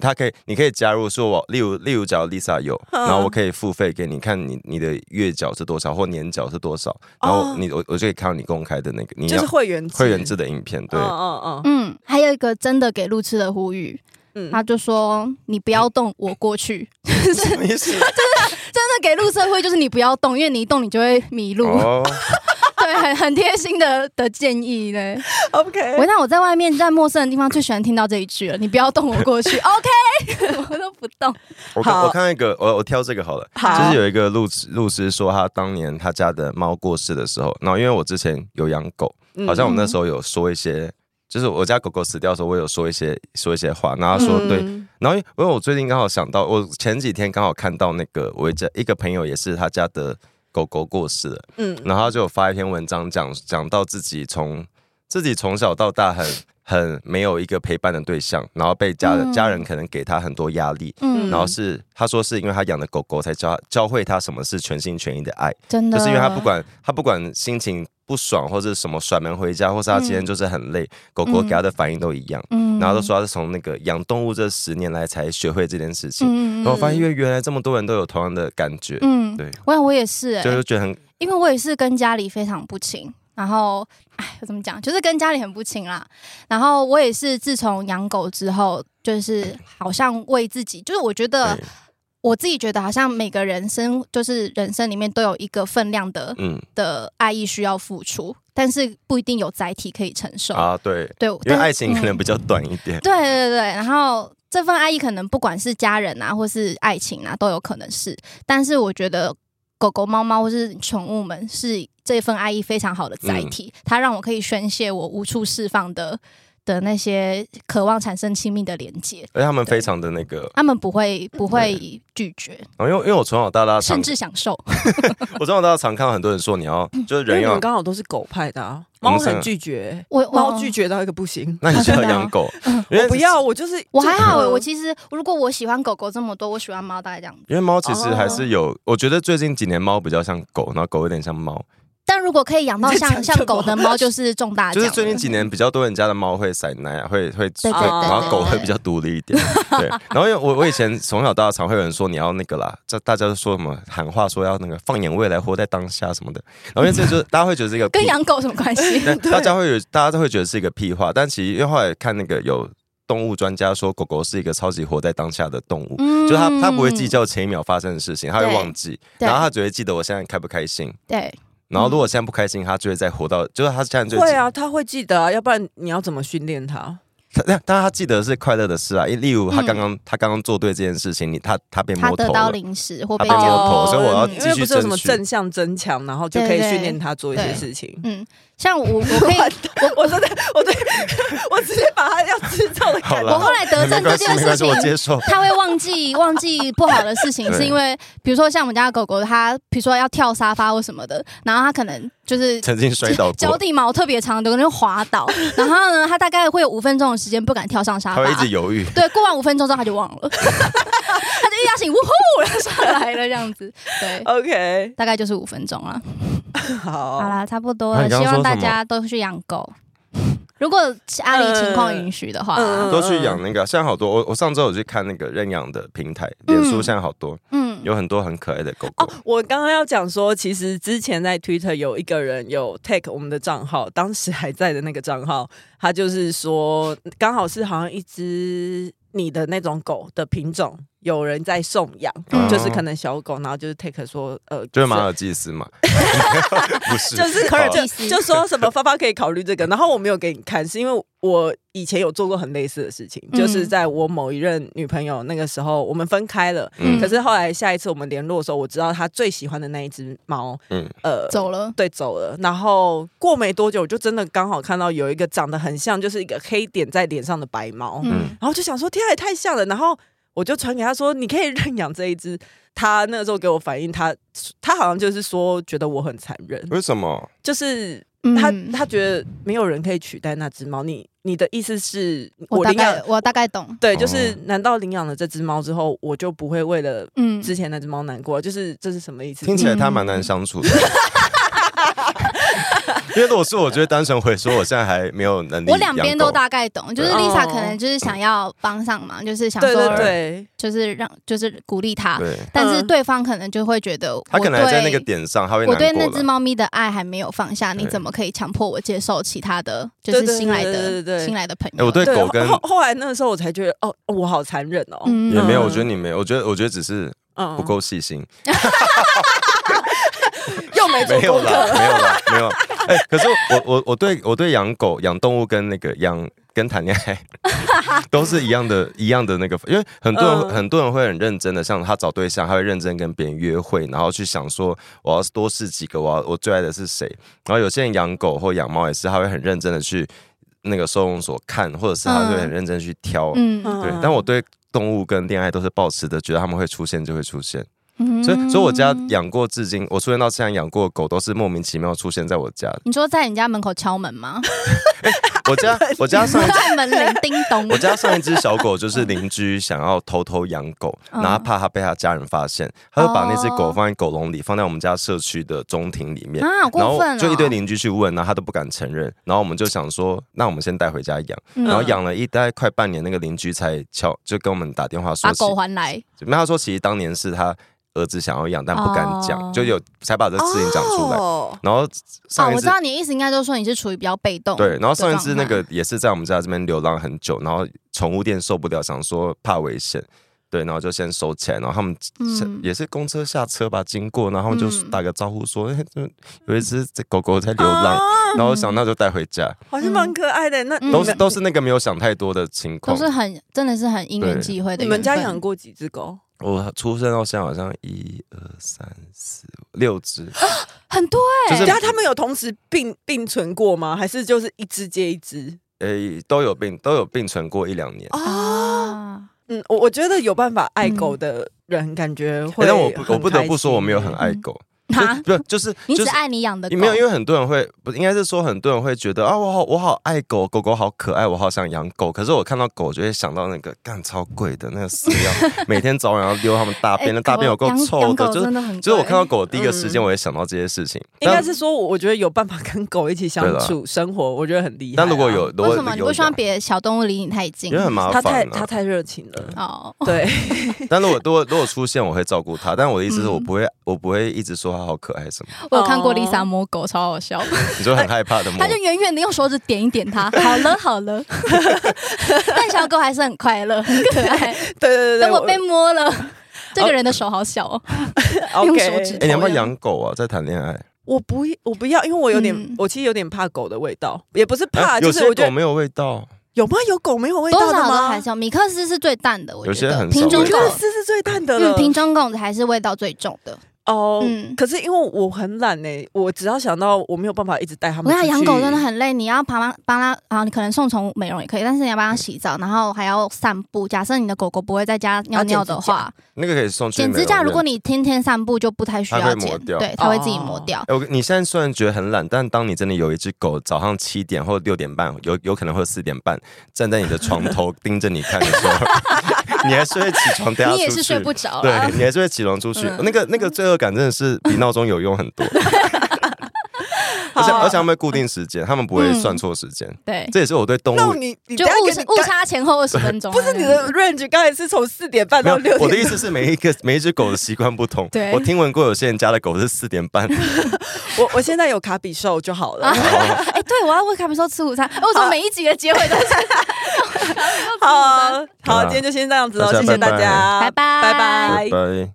B: 它可以，你可以加入说我，例如例如，假如 Lisa 有，
A: 嗯
B: 然后我可以付费给你看你你的月缴是多少或年缴是多少，然后你、我我就可以看到你公开的那个你
A: 哦就
B: 要
A: 是会员制
B: 会员制，的影片，对，
A: 嗯嗯嗯
C: 嗯，还有一个真的给路痴的呼吁，
A: 嗯，
C: 他就说你不要动，我过去。
B: (laughs) 什么意思？
C: 真的给路痴的呼吁就是你不要动，因为你一动你就会迷路。
B: 哦，
C: (laughs) 对，很很贴心的的建议呢。我
A: OK，
C: 那我在外面在陌生的地方最喜欢听到这一句了，你不要动我过去，OK，我 (laughs) 都不动。
B: 我看
A: 好
B: 我看到一个，我我挑这个好了，
A: 好
B: 就是有一个路痴路痴说他当年他家的猫过世的时候，然后因为我之前有养狗，好像我
C: 嗯
B: 那时候有说一些，就是我家狗狗死掉的时候，我有说一些说一些话，然后他说对，
A: 嗯
B: 然后因为我最近刚好想到，我前几天刚好看到那个我一家一个朋友也是他家的狗狗过世了，
A: 嗯
B: 然后他就有发一篇文章讲讲到自己从自己从小到大很很没有一个陪伴的对象，然后被家人、
C: 嗯
B: 家人可能给他很多压力。
C: 嗯，
B: 然后是他说是因为他养的狗狗才教教会他什么是全心全意的爱，
C: 真的，
B: 就是因为他不管他不管心情不爽或者什么甩门回家，或是他今天就是很累，狗狗给他的反应都一样。
C: 嗯，嗯
B: 然后都说他是从那个养动物这十年来才学会这件事情，
C: 嗯
B: 然后我发现因为原来这么多人都有同样的感觉，
C: 嗯，
B: 对，
C: 我想我也是、欸，
B: 就是觉得很
C: 因为我也是跟家里非常不亲，然后哎，我怎么讲，就是跟家里很不亲啦。然后我也是自从养狗之后，就是好像为自己，就是我觉得
B: 对
C: 我自己觉得好像每个人生就是人生里面都有一个分量的
B: 嗯
C: 的爱意需要付出，但是不一定有载体可以承受。
B: 啊对，
C: 对，
B: 因为
C: 但是
B: 爱情可能
C: 嗯
B: 比较短一点，
C: 对对对，然后这份爱意可能不管是家人啊，或是爱情啊，都有可能是。但是我觉得狗狗、猫猫或是宠物们是这份爱意非常好的载体，
A: 嗯
C: 它让我可以宣泄我无处释放的的那些渴望产生亲密的连接。
B: 而且他们非常的那个，
C: 他们不会
A: 嗯
C: 不会拒绝，
B: 然后因为因为我从小到大常
C: 甚至享受。
B: 我从小到大常看到很多人说你要就是
A: 因为
B: 人
A: 你
B: 要嗯
A: 们，刚好都是狗派的啊，
B: 我
A: 猫
B: 们三个
A: 很拒绝，
C: 我
A: 猫
C: 我
A: 拒绝到一个不行。
B: 那你就要
C: 真的
B: 养
C: 啊
B: 狗， (laughs) 因为
A: 我不要，我就是
C: 我还好、
A: 就 (laughs)
C: 欸，
A: 是
C: 我其实如果我喜欢狗狗这么多，我喜欢猫大概这样。
B: 因为猫其实还是有，我觉得最近几年猫比较像狗，然后狗有点像猫，
C: 但如果可以养到
A: 你在讲
C: 像
A: 什么
C: 像狗的猫，就是
A: (laughs)
C: 重大
B: 就
C: 奖
B: 是
C: 了。
B: 最近几年比较多人家的猫会塞奶啊，会会
C: 对
A: 对对
B: 然后
A: 对
B: 狗
A: 对
B: 会比较独立一
C: (laughs)
B: 点，对。然后因为我我以前从小到大常会有人说你要那个啦，这大家都说什么喊话说要那个放眼未来，活在当下什么的。然后因为这
C: (laughs)
B: 就是大家会觉得是一个
C: 跟
B: 屁
C: 养狗什么关
A: (laughs)
C: 系？
B: 对大家会有大家都会觉得是一个屁话，但其实因为后来看那个有动物专家说，狗狗是一个超级活在当下的动物。
C: 嗯
B: 就是它，它不会计较前一秒发生的事情，它会
C: 对
B: 忘记，
C: 对嗯
B: 然后它只会记得我现在开不开心。
C: 对，
B: 然后如果
C: 啊
B: 现在不开心，它就会再活到，就是它现在最
A: 会啊，它会记得啊，要不然你要怎么训练它？
B: 他但但他记得是快乐的事啊，因为例如他刚刚、他刚刚做对这件事情，你他他被
C: 嗯他
B: 摸
C: 得
B: 头
C: 到
B: 了，
C: 零食或
B: 他
C: 被
B: 被
C: 教
B: 摸
C: 育
B: 头哦所以我要
C: 嗯
B: 继
A: 因为
B: 续
A: 不是有什么
B: 争取
A: 正向增强，然后就可以
C: 对对
A: 训练他做一些事情。
C: 嗯，像我我
A: (laughs)
C: 可以，
A: 啊我真的，我对 (laughs) 我直接把他要制造的
B: 好
A: 感
B: 了
A: 觉
C: 我后来得
B: (laughs) 没
C: 证
B: 关
C: 这
B: 系
C: 件
B: 没
C: 事
B: 关系，
C: 情
B: 我，接受。 (laughs)
C: 他会忘记忘记不好的事情，
B: 对
C: 是因为比如说像我们家的狗狗，它比如说要跳沙发或什么的，然后它可能就是
B: 曾经摔倒
C: (laughs) 脚
B: 过，
C: 底毛特别长，有可能会滑
B: (laughs)
C: 倒，然后呢，它大概会有五分钟的时间不敢跳上沙
B: 他
C: 发
B: 会一，直犹豫。
C: 对，过完五分钟之后它就忘
B: (laughs)
C: 了，它就一觉醒，呜呼，然后上来了这样子，对。
A: OK，
C: 大概就是五分钟啊了。好
A: 好，
C: 啦，差不多
B: 那
C: 了。
B: 你
C: 希
B: 刚
C: 望
B: 刚说
C: 大
B: 什么
C: 家都去养狗， (laughs) 如果家里情况允许的话。
A: 嗯
B: 都去养那个，现在好多。我我上周有去看那个认养的平台，脸书现在好多，
C: 嗯，
B: 有很多很可爱的狗狗
A: 哦。，我刚刚要讲说，其实之前在 Twitter 有一个人有 take 我们的账号，当时还在的那个账号，他就是说，刚好是好像一只你的那种狗的品种，有人在送养，
C: 嗯
A: 就是可能小狗，然后就是 take 说，呃，
B: 就是马尔济斯嘛， (laughs) 不是，
A: 就是
C: 可尔
B: 哦
C: 必斯
A: 就说什么发发可以考虑这个，然后我没有给你看，是因为我以前有做过很类似的事情，
C: 嗯
A: 就是在我某一任女朋友那个时候，我们分开了，
B: 嗯
A: 可是后来下一次我们联络的时候，我知道她最喜欢的那一只猫，
B: 嗯
A: 呃，
C: 走了。
A: 对，走了。然后过没多久，我就真的刚好看到有一个长得很像，就是一个黑点在脸上的白猫，
C: 嗯
A: 然后就想说天啊，也太像了。然后我就传给他说，你可以认养这一只。他那个时候给我反应，他他好像就是说觉得我很残忍，
B: 为什么？
A: 就是
C: 嗯
A: 他他觉得没有人可以取代那只猫。你你的意思是
C: 我
A: 我
C: 大
A: 领养
C: 概？我大概懂。
A: 对，就是
B: 哦
A: 难道领养了这只猫之后，我就不会为了
C: 嗯，
A: 之前那只猫难过？就是这是什么意思？
B: 听起来他蛮难
C: (laughs)
B: 相处的。因为如果是我，就会单纯回说，我现在还没有能力。
C: 我两边都，大概懂。就是
A: 对
C: Lisa
A: 哦
C: 可能就是想要帮上忙，就是想
A: 对对
C: 说，
A: 对，
C: 就是让就是鼓励他，
B: 对，
C: 但是
A: 嗯
C: 对方可能就会觉得，
B: 他
C: 我
B: 可能还在那个
C: 对
B: 点上，他会
C: 我
B: 难
C: 对
B: 过
C: 那只
B: 了。
C: 猫咪的爱还没有放下，你
B: 对
C: 怎么可以强迫我接受其他的，就
A: 对
C: 是
A: 对
C: 新来
A: 对对
C: 的
A: 对
C: 新来的朋
B: 哎
C: 友？
B: 我对
A: 对，
B: 狗
A: 后
B: 跟
A: 后后来那个时候我才觉得，哦，我好残忍哦，
C: 嗯
B: 也没有，
A: 嗯
B: 我觉得你没有，我觉得我觉得只是
A: 嗯
B: 不，够
C: (laughs)
B: 细心，
A: 又没做
B: 没有
A: 功
B: 啦，
A: 课，
B: 没有啦，没有。哎，可是我我我对我对养狗、养动物跟那个养跟谈恋
C: (laughs)
B: 爱都是一样的，一样的那个，因为很多人
A: 嗯
B: 很多人会很认真的，像他找对象，他会认真跟别人约会，然后去想说我要多试几个，我要我最爱的是谁。然后有些人养狗或养猫也是，他会很认真的去那个收容所看，或者是他会很认真地去挑。
C: 嗯，
B: 对
A: 嗯，
B: 但我对动物跟恋爱都是保持的，觉得他们会出现就会出现。
C: 嗯
B: 所以，所以我家养过，至今我出现到现在养过的狗都是莫名其妙出现在我家。
C: 你说在你家门口敲门
B: (laughs)
C: 吗？
B: 我
C: (laughs)
B: 家我家上一
C: 按门铃，叮咚。
B: 我家上一只小狗就是邻居想要偷偷养狗，
C: 嗯
B: 然后他怕他被他家人发现，他就把那只狗
C: 哦
B: 放在狗笼里，放在我们家社区的中庭里面。
C: 啊，好
B: 然
C: 过
B: 后
C: 分哦
B: 就一堆邻居去问，然后他都不敢承认。然后我们就想说，那我们先带回家养。
C: 嗯
B: 然后养了一大概快半年，那个邻居才敲，就跟我们打电话说
C: 把
B: 起，
C: 狗还来，
B: 没有他说其实当年是他儿子想要养，但不敢讲，
C: 哦
B: 就有才把这事情讲出来。
A: 哦
B: 然后
C: 哦
B: 上，一
C: 我知
B: 次、
C: 道你意思，应该就是说你是处于比较被动。
B: 对，然后上一次那个也是在我们家这边流浪很久，然后宠物店受不了，想说怕危险，对，然后就先收起来，然后他们是、
C: 嗯
B: 也是公车下车吧，经过，然后他们就
C: 嗯
B: 打个招呼说，哎、这有一只这狗狗在流浪，然后我想那就带回家，
A: 啊好像蛮可爱的。那
C: 哦嗯
B: 都是都是那个没有想太多的情
C: 都
B: 况。
C: 是很真的是很因缘
B: 对
C: 际会的
A: 你
C: 缘分。
A: 们家养过几只狗？
B: 我出生到现在好像一二三四五六只，
C: 很多哎，
B: 就是
A: 对啊，他们有同时并并存过吗？还是就是一只接一只？
B: 诶、都有病都有病存过一两年。
A: 哦，
C: 啊，
A: 嗯，我我觉得有办法爱
C: 嗯
A: 狗的人，感觉
B: 诶
A: 会
B: 哎但
A: 很
B: 我
A: 开心。
B: 不我不得不说，我没有很爱
C: 嗯
B: 狗，
C: 哈
B: 就不就是
C: (laughs) 你
B: 就
C: 只
B: 是
C: 爱你养的狗，
B: 没有，因为很多人会不应该是说很多人会觉得啊，我好我好爱狗，狗狗好可爱，我好想养狗。可是我看到狗就会想到那个干超贵的那个饲料，每天早晚要溜它们大
C: (laughs) 哎
B: 便，那大便有
C: 狗
B: 够
C: 养
B: 臭
C: 养
B: 的，
C: 狗
B: 就是
C: 真的很
B: 就是我
C: 贵
B: 看到狗的第一个时
A: 嗯
B: 间，我也想到这些事情。
A: 应该
B: 但
A: 是说，我我觉得有办法跟狗一起相
B: 对啦
A: 处生活，我觉得很厉害啊。
B: 但如果有如
C: 为
B: 果
C: 什么你
B: 有
C: 不希望
B: 养
C: 别的小动物离你太近
B: 因？为很麻
A: 他太
B: 烦
A: 他
B: 啊。
A: 太热情了，
C: 哦，
A: 对，
B: 但如果如果如果出现，我会照顾它。但我的意思是我
C: 嗯
B: 不会我不会一直说它好可爱什么，
C: 我有看过
A: 哦
C: Lisa 摸狗，超好笑。
B: 你就很害怕的摸
C: 他。就远远的用手指点一点它， (laughs) 好了好了。但小狗还是很快乐，很可爱。
A: 对对对对，
C: 等我被摸 (laughs) 了，这个人的手好小哦。用手
A: 呃 OK
C: 指
B: 哎，你要不要
C: 头
B: 养狗啊？在谈恋爱？
A: 我不，我不要，因为我有点，
C: 嗯
A: 我其实有点怕狗的味道，也不是怕，
B: 啊
A: 就
B: 有
A: 是
B: 些
A: 我觉
B: 狗
A: 得
B: 没有味道，
A: 有吗？有狗没有味道
C: 多
A: 的
C: 少都
A: 吗
C: 还？是有米克斯是最淡的，我
B: 有
C: 觉
B: 些
C: 得
B: 很少
C: 品种
A: 我觉
C: 狗
A: 得，丝是最淡的
C: 嗯，
A: 了。
C: 品种狗才是味道最重的。
A: 哦，
C: 嗯
A: 可是因为我很懒呢、我只要想到我没有办法一直带他
C: 我
A: 们
C: 跟
A: 出
C: 你
A: 去，
C: 讲，养狗真的很累，你要帮它帮它，啊，你可能送宠物美容也可以，但是你要帮它洗澡，然后还要散步。假设你的狗狗不会在家尿尿的话，
B: 那个可以送去
C: 啊剪指
B: 美
C: 甲，
B: 容
C: 如果
B: 院
C: 你天天散步就不太需
B: 它会
C: 要
B: 磨
C: 剪，
B: 掉
C: 对，它会自己磨
A: 哦
C: 掉。
B: 哎我你现在虽然觉得很懒，但当你真的有一只狗，早上七点或六点半，有有可能会四点半，站在你的床头盯着你看的时候，
C: (laughs)
B: 你还是会起床带它出
C: 你
B: 去，
C: 也是睡不着啊嗯
B: 对，你还是会起床出去。那个那个罪恶感真的是比闹钟有用很
C: (laughs)
B: 多，
C: 啊
B: 而且而且他们会固定时间，他们不
C: 嗯
B: 会算错时间。
C: 对，
B: 这也是我对动
A: 那
B: 物。
A: 你你
C: 就
A: 等下
C: 误
A: 跟
C: 差
A: 你
C: 误
A: 刚
C: 差前后二十分钟啊，
A: (laughs) 不是你
C: 那样
A: 的 range，刚才是从四点半
B: 没
A: 到
B: 有
A: 六，点。
B: 我的意思是每一个每一只狗的习惯不同。
C: 对
B: 我听闻过有些人家的狗是四点半，
A: 我我现在有卡比兽就好了。
C: 哎、对，我要为卡比兽吃午餐。哎、我怎么每一集的结尾都是
A: (laughs) 啊 (laughs)
C: (laughs)
A: 好
B: 好
A: 好，今天就先这样子哦，
B: 大家
A: 谢谢大
B: 拜拜
A: 家，
C: 拜拜
A: 拜拜
B: 拜。拜。